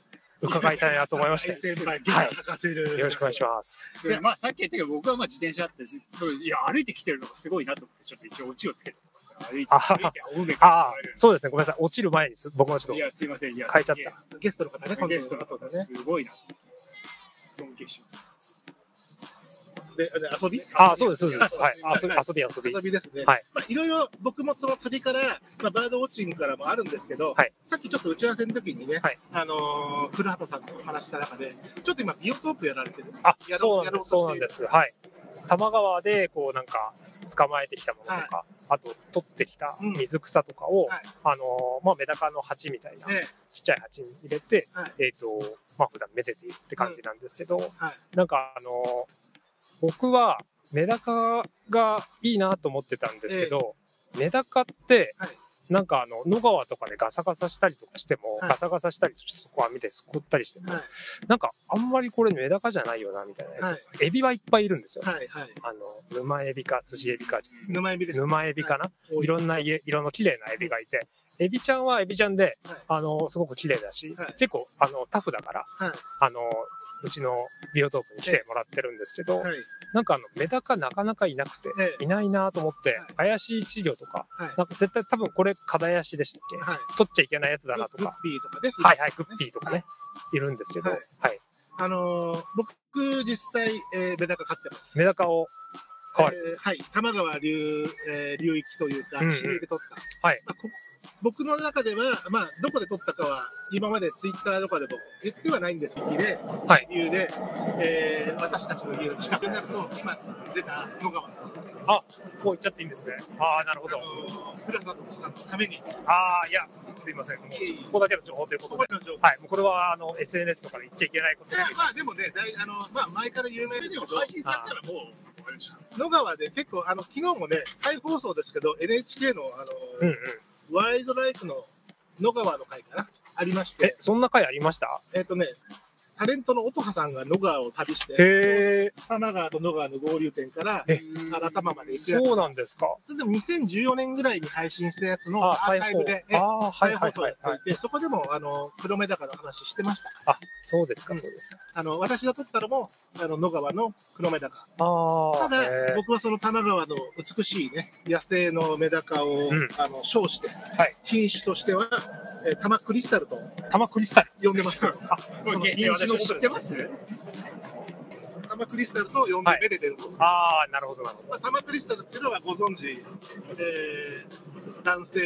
伺いたいなと思いまして、よ大先輩、ギター履かせる。ろしくお願いします。いやまあ、さっき言ったけど、僕はまあ自転車あって、そういや、歩いてきてるのがすごいなと思って、ちょっと一応オチをつけて歩いて、あ歩いて、青梅からああ、そうですね。ごめんなさい。落ちる前にす、僕もちょっいと、や、すいません、いや、変えちゃったいやゲストの方ね、今ゲス度トのの方方だね。すごいな。尊敬します。で、で遊びああ、そうです、そうです。はい。遊び、遊び、遊び。遊びですね。はい。まあ、いろいろ僕もその釣りから、まあ、バードウォッチングからもあるんですけど、はいさっきちょっと打ち合わせの時にね、はいあのー古畑さんとお話した中で、ちょっと今ビオトープやられてる。あ、やろそううなんです、やそうろなうんとでしす。てはい。多摩川で、こう、なんか、捕まえてきたものとか、あと、取ってきたうん水草とかを、はいあのーまあ、メダカの鉢みたいな、えちっちゃい鉢に入れて、えはい。えっ、と、まあ、普段めでているって感じなんですけど、はい。なんかあの、僕はメダカがいいなと思ってたんですけど、メダカってはい、なんかあの、野川とかでガサガサしたりとかしても、はいガサガサしたり、ちょっとそこは見てすくったりしても、はい。なんかあんまりこれメダカじゃないよな、みたいなやつ、はい。エビはいっぱいいるんですよ。はい。はい。あの、沼エビか、スジエビか、沼エビです。沼エビかな、多い、ろんな家色の綺麗なエビがいて、エビちゃんはエビちゃんで、はいあの、すごく綺麗だし、はい結構、あの、タフだから、はい。あの、うちのビオトープに来てもらってるんですけど、はい。なんかあの、メダカなかなかいなくて、ええいないなと思っては、い怪しい稚魚とか、はい。なんか絶対多分これ、カダヤシでしたっけ、はい。取っちゃいけないやつだなとグッか、ピーとかね。はいはい、グッピーとかね、いるんですけど、ははいい。あのー僕、実際、えーメダカ飼ってます。メダカを、はいえーはい。玉川流、えー流域というか、うんうん支流で取った。はいまあこ僕の中では、まあ、どこで取ったかは、今までツイッターとかでも言ってはないんですけど、で、はい支流で、えー私たちの家の近くになると、今出た野川です。こう行っちゃっていいんですね。ああ、なるほあど。のー、ふらさとさんのために、ああ、いや、すいません。もういえいこえこだけの情報というこことこで。での情報。はい、もうこれは、あの、SNS とかで言っちゃいけないこといでや、まあ、でもね、だいあの、まあ、前から有名ですけでども、配信されたらもう、あれでしょ野川で結構、あの、昨日もね、再放送ですけど、NHK の、あのー、うんうん。ワイルドライフの野川の会かなありましえて、、そんな回ありましたえっ、とね、タレントの音羽さんが野川を旅して、へえ、多摩川と野川の合流点からえ荒玉まで行くやつ。そうなんですか。それでも2014年ぐらいに配信したやつのあアあ、ー最カイ高ブで、。えああ、はい再は放い送はやっいはいて。いて、そこでも、あの、黒メダカの話してました。あ、そうですか、うんそうですか。あの、私が撮ったのも、あの、野川の黒メダカ。ああ、ただへ、ー僕はその多摩川の美しいね、野生のメダカを、うんあの、称して、い品種としては、えー、多摩クリスタルと玉クリスタル。呼んでま <laughs> す。これ、現私知ってますサマークリスタルと呼んでめでてるんです、ああ、なるほど、なるほど。まあ、サマークリスタルっていうのはご存知、えー男性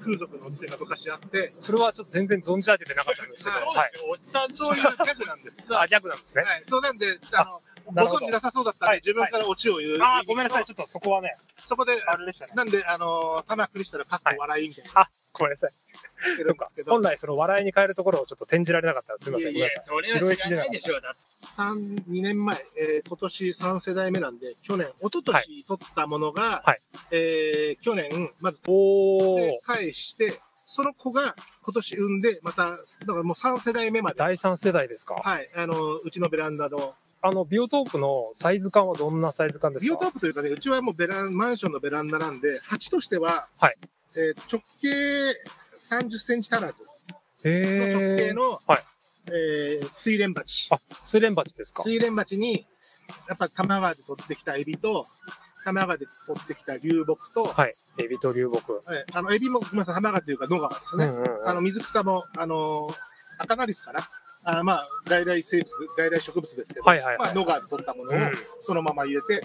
風俗のお店が昔あって、それはちょっと全然存じ上げてなかったんですけど、あはい。おっさんそういうギャグ <laughs> なんです。あ、ギャグなんですね。はい、そうなんで、あのなるほごど存知なさそうだったんで、はい自分からオチを言う。ああ、ごめんなさい、ちょっとそこはね、そこで、あれでしたね。なんで、あのー、サマークリスタルかっこ笑いみたいな。あ、ごめんなさい。してそっるんでかすけ。ど本、来その笑いに変えるところをちょっと転じられなかったらすみまいせやん。いごめんやなさい。、それは知らないでしょう。だって3、2年前、えー今年3世代目なんで、去年、一昨はい年取ったものが、はいえー去年、まずおーで、返して、その子が今年産んで、また、だからもう3世代目まで、第三世代ですか。はい、あの、うちのベランダの、あの、ビオトープのサイズ感はどんなサイズ感ですビオトかープというかね、うちはもうベラン、マンションのベランダなんで、鉢としては、はいえー直径30センチ足らずの直へ径え。の、はいえー水蓮鉢。あ、スレンバチですか。水蓮鉢に、やっぱ多摩川で取ってきたエビと、多摩川で取ってきた流木と、はい。エビと流木。はいあの、エビも、ごめんなさい、浜川というか野川ですうんうね。んうん。あの、水草も、あのー赤ガリスかな。あの、まあ、外来生物、外来植物ですけど、はいはいはいまあ、野川で取ったものをうんそのまま入れて、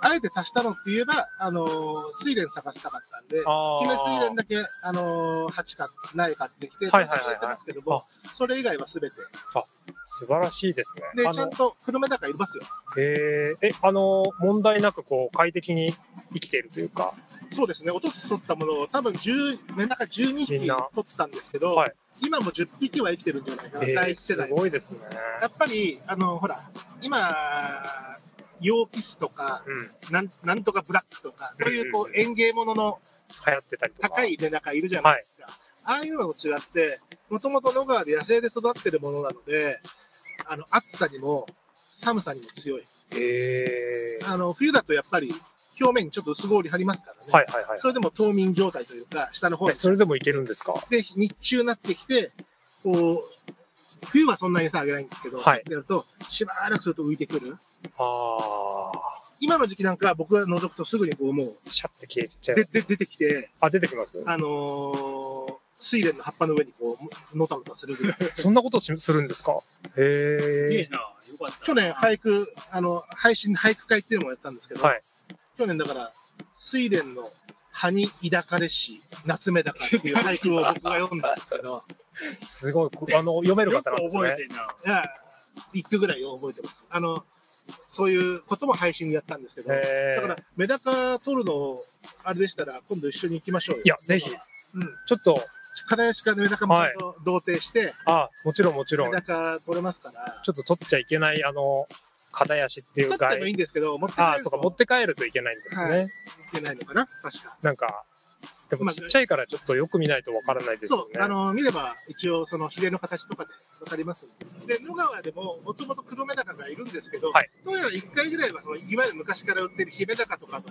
あえて足したのって言えば、あのー、水蓮探したかったんで、あ姫水蓮ーだけ、あのー、鉢か、苗買ってきて、はいはいはいはいやってますけども、それ以外は全て。素晴らしいですね。で、あちゃんの、と車だからいますよ。えー、え、あの、問題なくこう、快適に生きているというか、そうですね、おとつ取ったものを多分10、目中12みん匹取なったんですけど、はい今も10匹は生きてるんじゃないかな、え第ー、一世す代。ごいですね。やっぱり、あの、ほら、今、陽気比とか、うん。流なん、なんとかブラックとか、そういううこんうんう、園芸物の行ってたりとか。高いメダカいるじゃないですか。ああいうのと違って、もともと野川で野生で育ってるものなので、あの、暑さにも、寒さにも強い。えー。あの、冬だとやっぱり、表面にちょっと薄氷張りますからね。はいはいはい。それでも冬眠状態というか、下の方えにそれでもいけるんですかで、日中になってきて、こう、冬はそんなに餌あげないんですけど、はいやると、しばらくすると浮いてくる。あ今の時期なんかは僕が覗くとすぐにこうもうー。シャッて消えちゃいでます。で出てきて、あ、出てきますあのー、睡蓮の葉っぱの上にこう、のたのたする <laughs> ぐらい。そんなことしするんですかすげへえな。よかった。去年俳句、あの、配信俳句会っていうのもやったんですけえ。ど、はい。去年だから、睡蓮の葉に抱かれし、夏目だかっ <laughs> ていう俳句を僕が読んだんですけど、すごい、こあの、読めるよく方なんです覚えね。てんな。いや、一句ぐらいを覚えてます。あの、そういうことも配信でやったんですけど、へだかーら、メダカ取るの、あれでしたら、今度一緒に行きましょうよ。いやぜひうん。ちょっと、片足からメダカもはい同定して、あ、もちろんもちろんメ、ダカ取れますから、ちょっと取っちゃいけない、あの、片足っていう取ってもいい害。んですけど、持って帰あ、るそうとか、持って帰るといけないんですね。ははいけないのかな、確か。なんか、でもまあちっちゃいからちょっとよく見ないとわからないですそよう、あね。の、見れば一応そのヒレの形とかでわかりますんで。で、野川でももともと黒メダカがいるんですけど、はいどうやら一回ぐらいはその、いわゆる昔から売ってるヒメダカとかの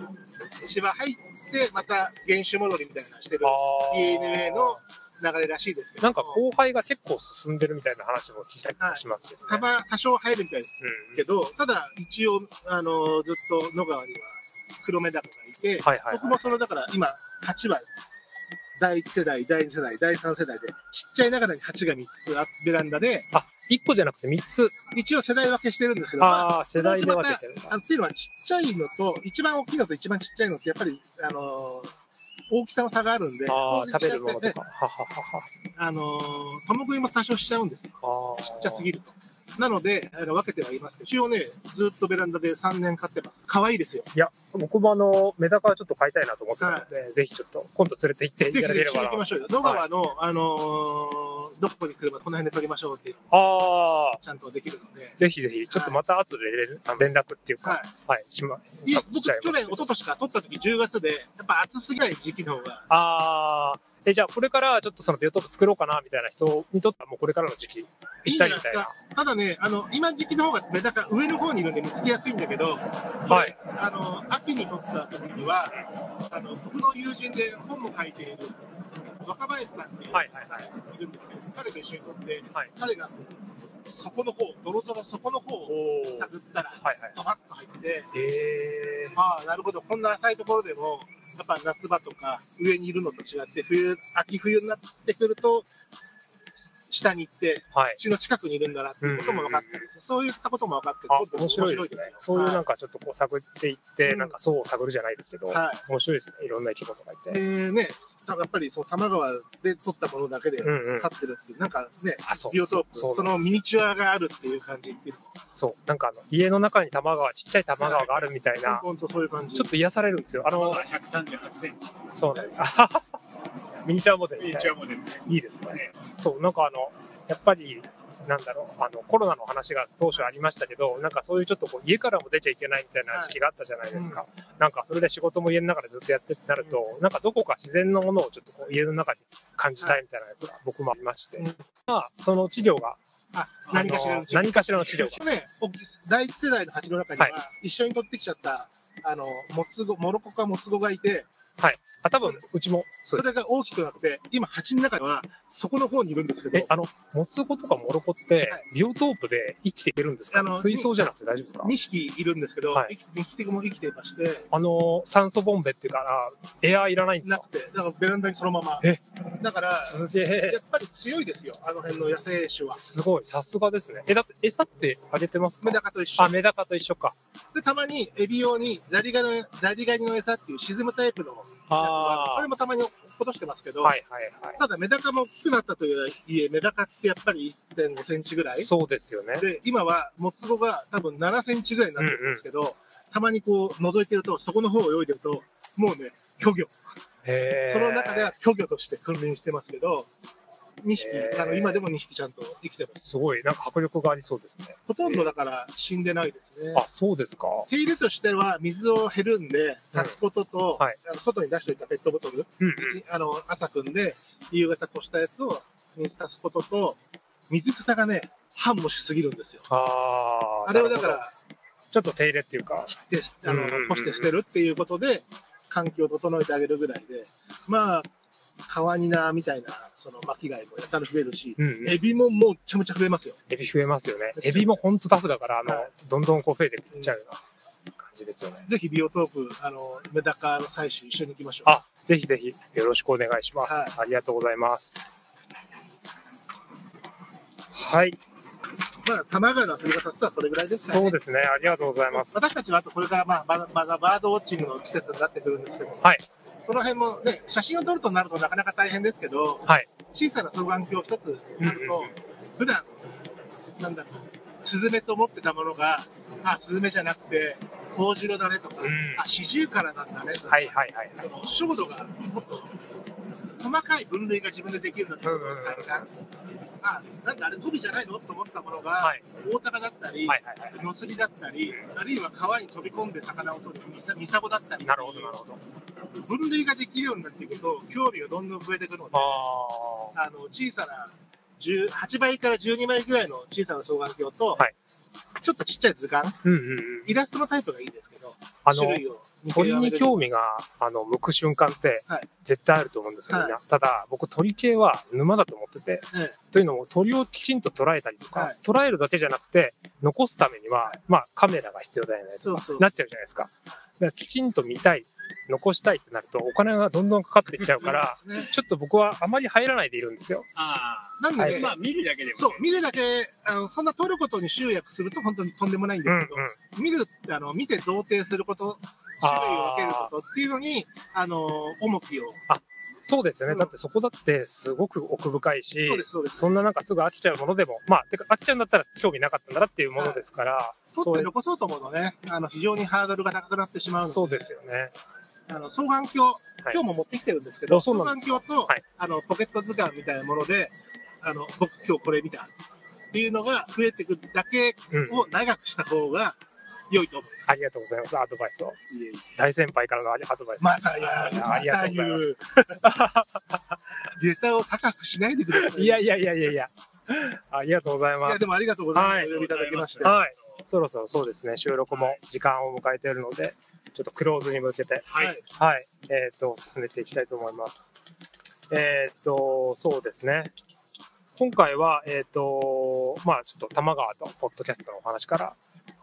芝入って、また原種戻りみたいなのしてるあー DNA の流れらしいですけど。なんか後輩が結構進んでるみたいな話も聞いたりとかしますけどたね。ま、多少入るみたいですうんけど、ただ一応、あの、ずっと野川には黒メダカがいて、はいはい僕はもその、だから今、8羽、第1世代、第2世代、第3世代で、ちっちゃいながらに8が3つあベランダで、い。あ、1個じゃなくて3つ。一応世代分けしてるんですけど、まあ、ああ、世のう代ちで分またけてるんだあのっていうのはちっちゃいのと、一番大きいのと一番ちっちゃいのって、やっぱり、あのー大きさの差があるんで、ああ、当然食べるものちとっちゃくてか。はははあのー、玉食いも多少しちゃうんですよ。は。あーちっちゃすぎると。なので、あの分けてはいますけど、一応ね、ずっとベランダで3年飼ってます。可愛いですよ。僕もあの、メダカはちょっと買いたいなと思ってたので、ぜひちょっと今度連れて行ってぜいひたぜだひければ一緒にな行き。ましょうよ。野川の、あのーどこに来ればこの辺で撮りましょうっていうのあをあ、ちゃんとできるので。ぜひぜひ、ちょっとまた後で連あの連絡っていうか、ははいい、しま、いや、し僕、ちゃい去ま年、す一昨年から撮った時10月で、やっぱ暑すぎない時期の方が、ああ、え、じゃあこれからちょっとそのビオトープ作ろうかな、みたいな人にとってはもうこれからの時期、いいぴっんじたゃりないみでたすいなか。。ただね、あの、今時期の方がメダカ上の方にいるんで見つけやすいんだけど、。はいあの、秋に撮った時には、あの、僕の友人で本も書いている、若林さんっていう方がはいいはいはいるんですけど、彼と一緒に撮って、はい彼が、そこの方、泥泥そこの方おをー探ったら、はいはい。ドバッと入って、えー、ああ、なるほど。こんな浅いところでも、やっぱ夏場とか上にいるのと違って、冬、秋冬になってくると、下に行って、はい。家の近くにいるんだなっていうことも分かったんですよ。そういったことも分かって、あとっ、ても面白いですね。そういうなんかちょっとこう探っていって、うんなんか層を探るじゃないですけど、はい面白いですね。いろんな生き物がいはい。でて。ね、やっぱりそう、多摩川で取ったものだけでう飼んうん。ってるっていう、なんかね、あ、そうビ。オトープ、そそうなんのですミニチュアがあるっていう感じっていうそう。なんかあの、家の中に多摩川、ちっちゃい多摩川があるみたいの、な、本当そういう感じ。ちょっと癒されるんですよ。あのま、だ138センチ。そうなんです。あははミニチュアモデルみミたニいチュなアモデルね。いいですね。そう、なんかあの、やっぱり、なんだろう、あの、コロナの話が当初ありましたけど、なんかそういうちょっとこう家からも出ちゃいけないみたいな時期があったじゃないですか。なんかそれで仕事も家の中でずっとやってってなると、なんかどこか自然のものをちょっとこう家の中に感じたいみたいなやつが僕もありまして、うんまあ、その治療が、あ、あ何かしらの治療何かしらの治療が。去年、第一世代の蜂の中には、はい一緒に取ってきちゃった、あの、モツゴ、モロコかモツゴがいて、あ、多分、うちも、そそうでれが大きくなって、今、蜂の中では、そこの方にいるんですけす。えど、、あの、もつごとかモロコってはい、ビオトープで生きていけるんですか、あの水槽じゃなくて大丈夫ですか2匹いるんですけど、はい2匹とも生きていまして、あの、酸素ボンベっていうかな、エアーいらないんですなかくて、だからベランダにそのままえ。だから、すげえや。っぱり強いですよ、あの辺の野生種は。すごい、さすがですね。え、だって餌ってあげてますかメダカと一緒あ、。メダカと一緒か。で、たまにエビ用にザリガニの、ザリガニの餌っていう沈むタイプのやつがあって、それはもたまに落っことしてますけいど、はいはい。ただメダカも大きくなったとはいえ、メダカってやっぱり1.5センチぐらい。そうですよね。で、今は、モツゴが多分7センチぐらいになってるんですけど、たまにこう、覗いてると、そこの方を泳いでると、もうね、巨魚。へその中では巨魚として訓練してますけど、2匹、へーあの、今でも2匹ちゃんと生きてます。すごい、なんか迫力がありそうですね。ほとんどだから死んでないですねあ、。そうですか。手入れとしては、水を減るんで、うん炊くことと、はいあの外に出しておいたペットボトル、うんうん。あの、朝汲んで、夕方こしたやつを水足すことと、水草がね、繁茂しすぎるんですよ。あーあれをだか、なるほら、どちょっと手入れっていうか、で、あのうんうんうん、干して捨てるっていうことで、環境を整えてあげるぐらいで、まあ、川ニナみたいな、その巻き貝もやたら増えるし、うんうん、エビももうめちゃめちゃ増えますよ。エビ増えますよね。 <laughs> エビもほんとタフだから、あの、はいどんどんこう増えていっちゃうような感じですよね。ぜひビオトープ、あの、メダカの採取一緒に行きましょう。あ、ぜひぜひよろしくお願いします。はいありがとうございます。はい、まあ、玉川の遊び方とはそれぐらいですかね。そうですね。ありがとうございます。私たちはあとこれからまあまだまだバードウォッチングの季節になってくるんですけど、はいその辺もね、写真を撮るとなるとなかなか大変ですけど、はい小さな双眼鏡一つあると、うんうん普段なんだろう、スズメと思ってたものが、あ、スズメじゃなくて、ホオジロだねとか、うんあ、シジュウカラなんだねとか、はいはいはい。その照度がもっと細かい分類が自分でできるようになってくるんですよあ、なんかあれ飛びじゃないのと思ったものが、はい大高だったり、はいはいはノスリだったり、あるいは川に飛び込んで魚を取るミサミサゴだったり、い。なるほどなるほど。分類ができるようになっていくと、興味がどんどん増えてくるので、ああの小さな10 8倍から12倍ぐらいの小さな双眼鏡と、はいちょっとちっちゃい図鑑、あ。うんうんうん。イラストのタイプがいいですけど、あの種、類を見極め鳥れにる興味が、あの、向く瞬間ってはい、絶対あると思うんですよ、みんな。ただ、僕、鳥系は沼だと思ってて、えというのも、鳥をきちんと捉えたりとか、はい捉えるだけじゃなくて、残すためには、はいまあ、カメラが必要だよねえ、、そうそうなっちゃうじゃないですか。だからきちんと見たい、残したいってなると、お金がどんどんかかっていっちゃうから、ね、ちょっと僕はあまり入らないでいるんですよ。あなんはであ。ね、まあ、見るだけでもね。そう、見るだけあの、そんな撮ることに集約すると本当にとんでもないんでうんすうんけど、。見るってあの、見て贈呈すること、種あー類を分けることっていうのに、あの、重きを。そうですよね。うんだってそこだってすごく奥深いしそう、です、そうです。そんななんかすぐ飽きちゃうものでも、まあ、てか飽きちゃうんだったら興味なかったんだなっていうものですから、取そっうて残そうと思うとね、あの、非常にハードルが高くなってしまうので、そうですよね。あの、双眼鏡、今日も持ってきてるんですけど、あそうなん双で眼す鏡と、はいあの、ポケット図鑑みたいなもので、あの、僕今日これ見たっていうのが増えてくるだけうん。を長くした方が良いと思う。ありがとうございます。アドバイスを。いえいえ大先輩からのアドバイス。またや、。ありがとうございます下駄を高くしないでください。いやいやいやいやいや。ありがとうございいまやす。でもありがとうございます。はいお呼びいただきまして。はい。そろそろそうですね、収録も時間を迎えているので、ちょっとクローズに向けて、はい。はいはい、えっ、と、進めていきたいと思います。えっ、と、そうですね。今回は、えっ、と、まあちょっと玉川とポッドキャストのお話から、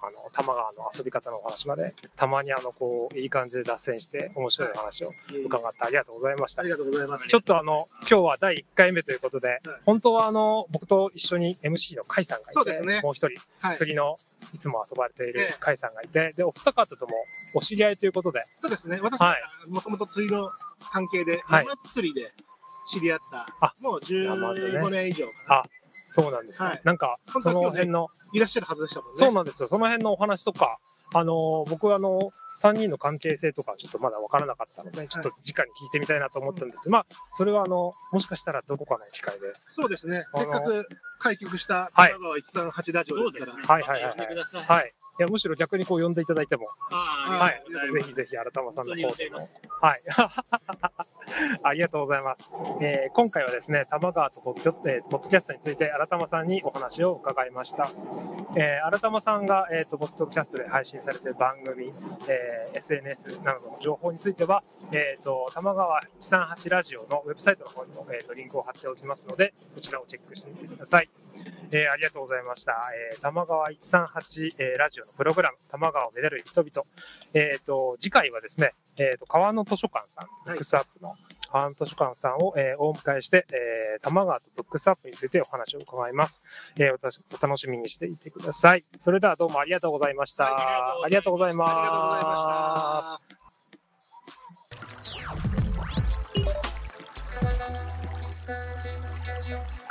あの、玉川の遊び方のお話まで、たまにあの、こう、いい感じで脱線して面白いお話を伺ってありがとうございましたあり。がとうございます。ちょっとあの、今日は第1回目ということで、本当はあの、僕と一緒に MC の甲斐さんがいて、そうですねもう一人、はい、釣りの、いつも遊ばれているええ甲斐さんがいて、で、お二方ともお知り合いということで、そうですね。私ははいもともと釣りの関係で、はい山釣りで知り合った、あもう山津ね15年以上かな、そうなんですよ。はいなんか、本当そはの今日ね辺の、いらっしゃるはずでしたもんね。そうなんですよ。その辺のお話とか、あのー僕はあのー3人の関係性とかはちょっとまだ分からなかったので、ちょっと直に聞いてみたいなと思ったんですけど、まあ、それはあの、もしかしたらどこかの機会で。そうですね。あのせっかく開局したはい神奈川138ラジそオうでですすかねら。。はいはいはい呼んでください。はい。いや、むしろ逆にこう呼んでいただいても、あーはあいりがとうございまぜすひぜひ、改まさんの方でも本。はい。 <laughs> ありがとうございます。えー今回はですね、玉川とポッドキャ,、えーポッドキャストについて、改まさんにお話を伺いました。えー、改まさんが、えー、とポッドキャストで配信されている番組、えー SNS などの情報については、えー、と玉川138ラジオのウェブサイトの方にも、えー、とリンクを貼っておきますので、こちらをチェックしてみてください。えーありがとうございました。えー玉川138、えーラジオのプログラム、玉川をめでる人々。えっ、と、次回はですね、えっ、と、川の図書館さん、ブはいックスアップの川の図書館さんを、えーお迎えして、えー玉川とブックスアップについてお話を伺います。えーおたしお楽しみにしていてください。それではどうもありがとうございました。はいあありりががととうごうございまありがとうございましすた。ラジオ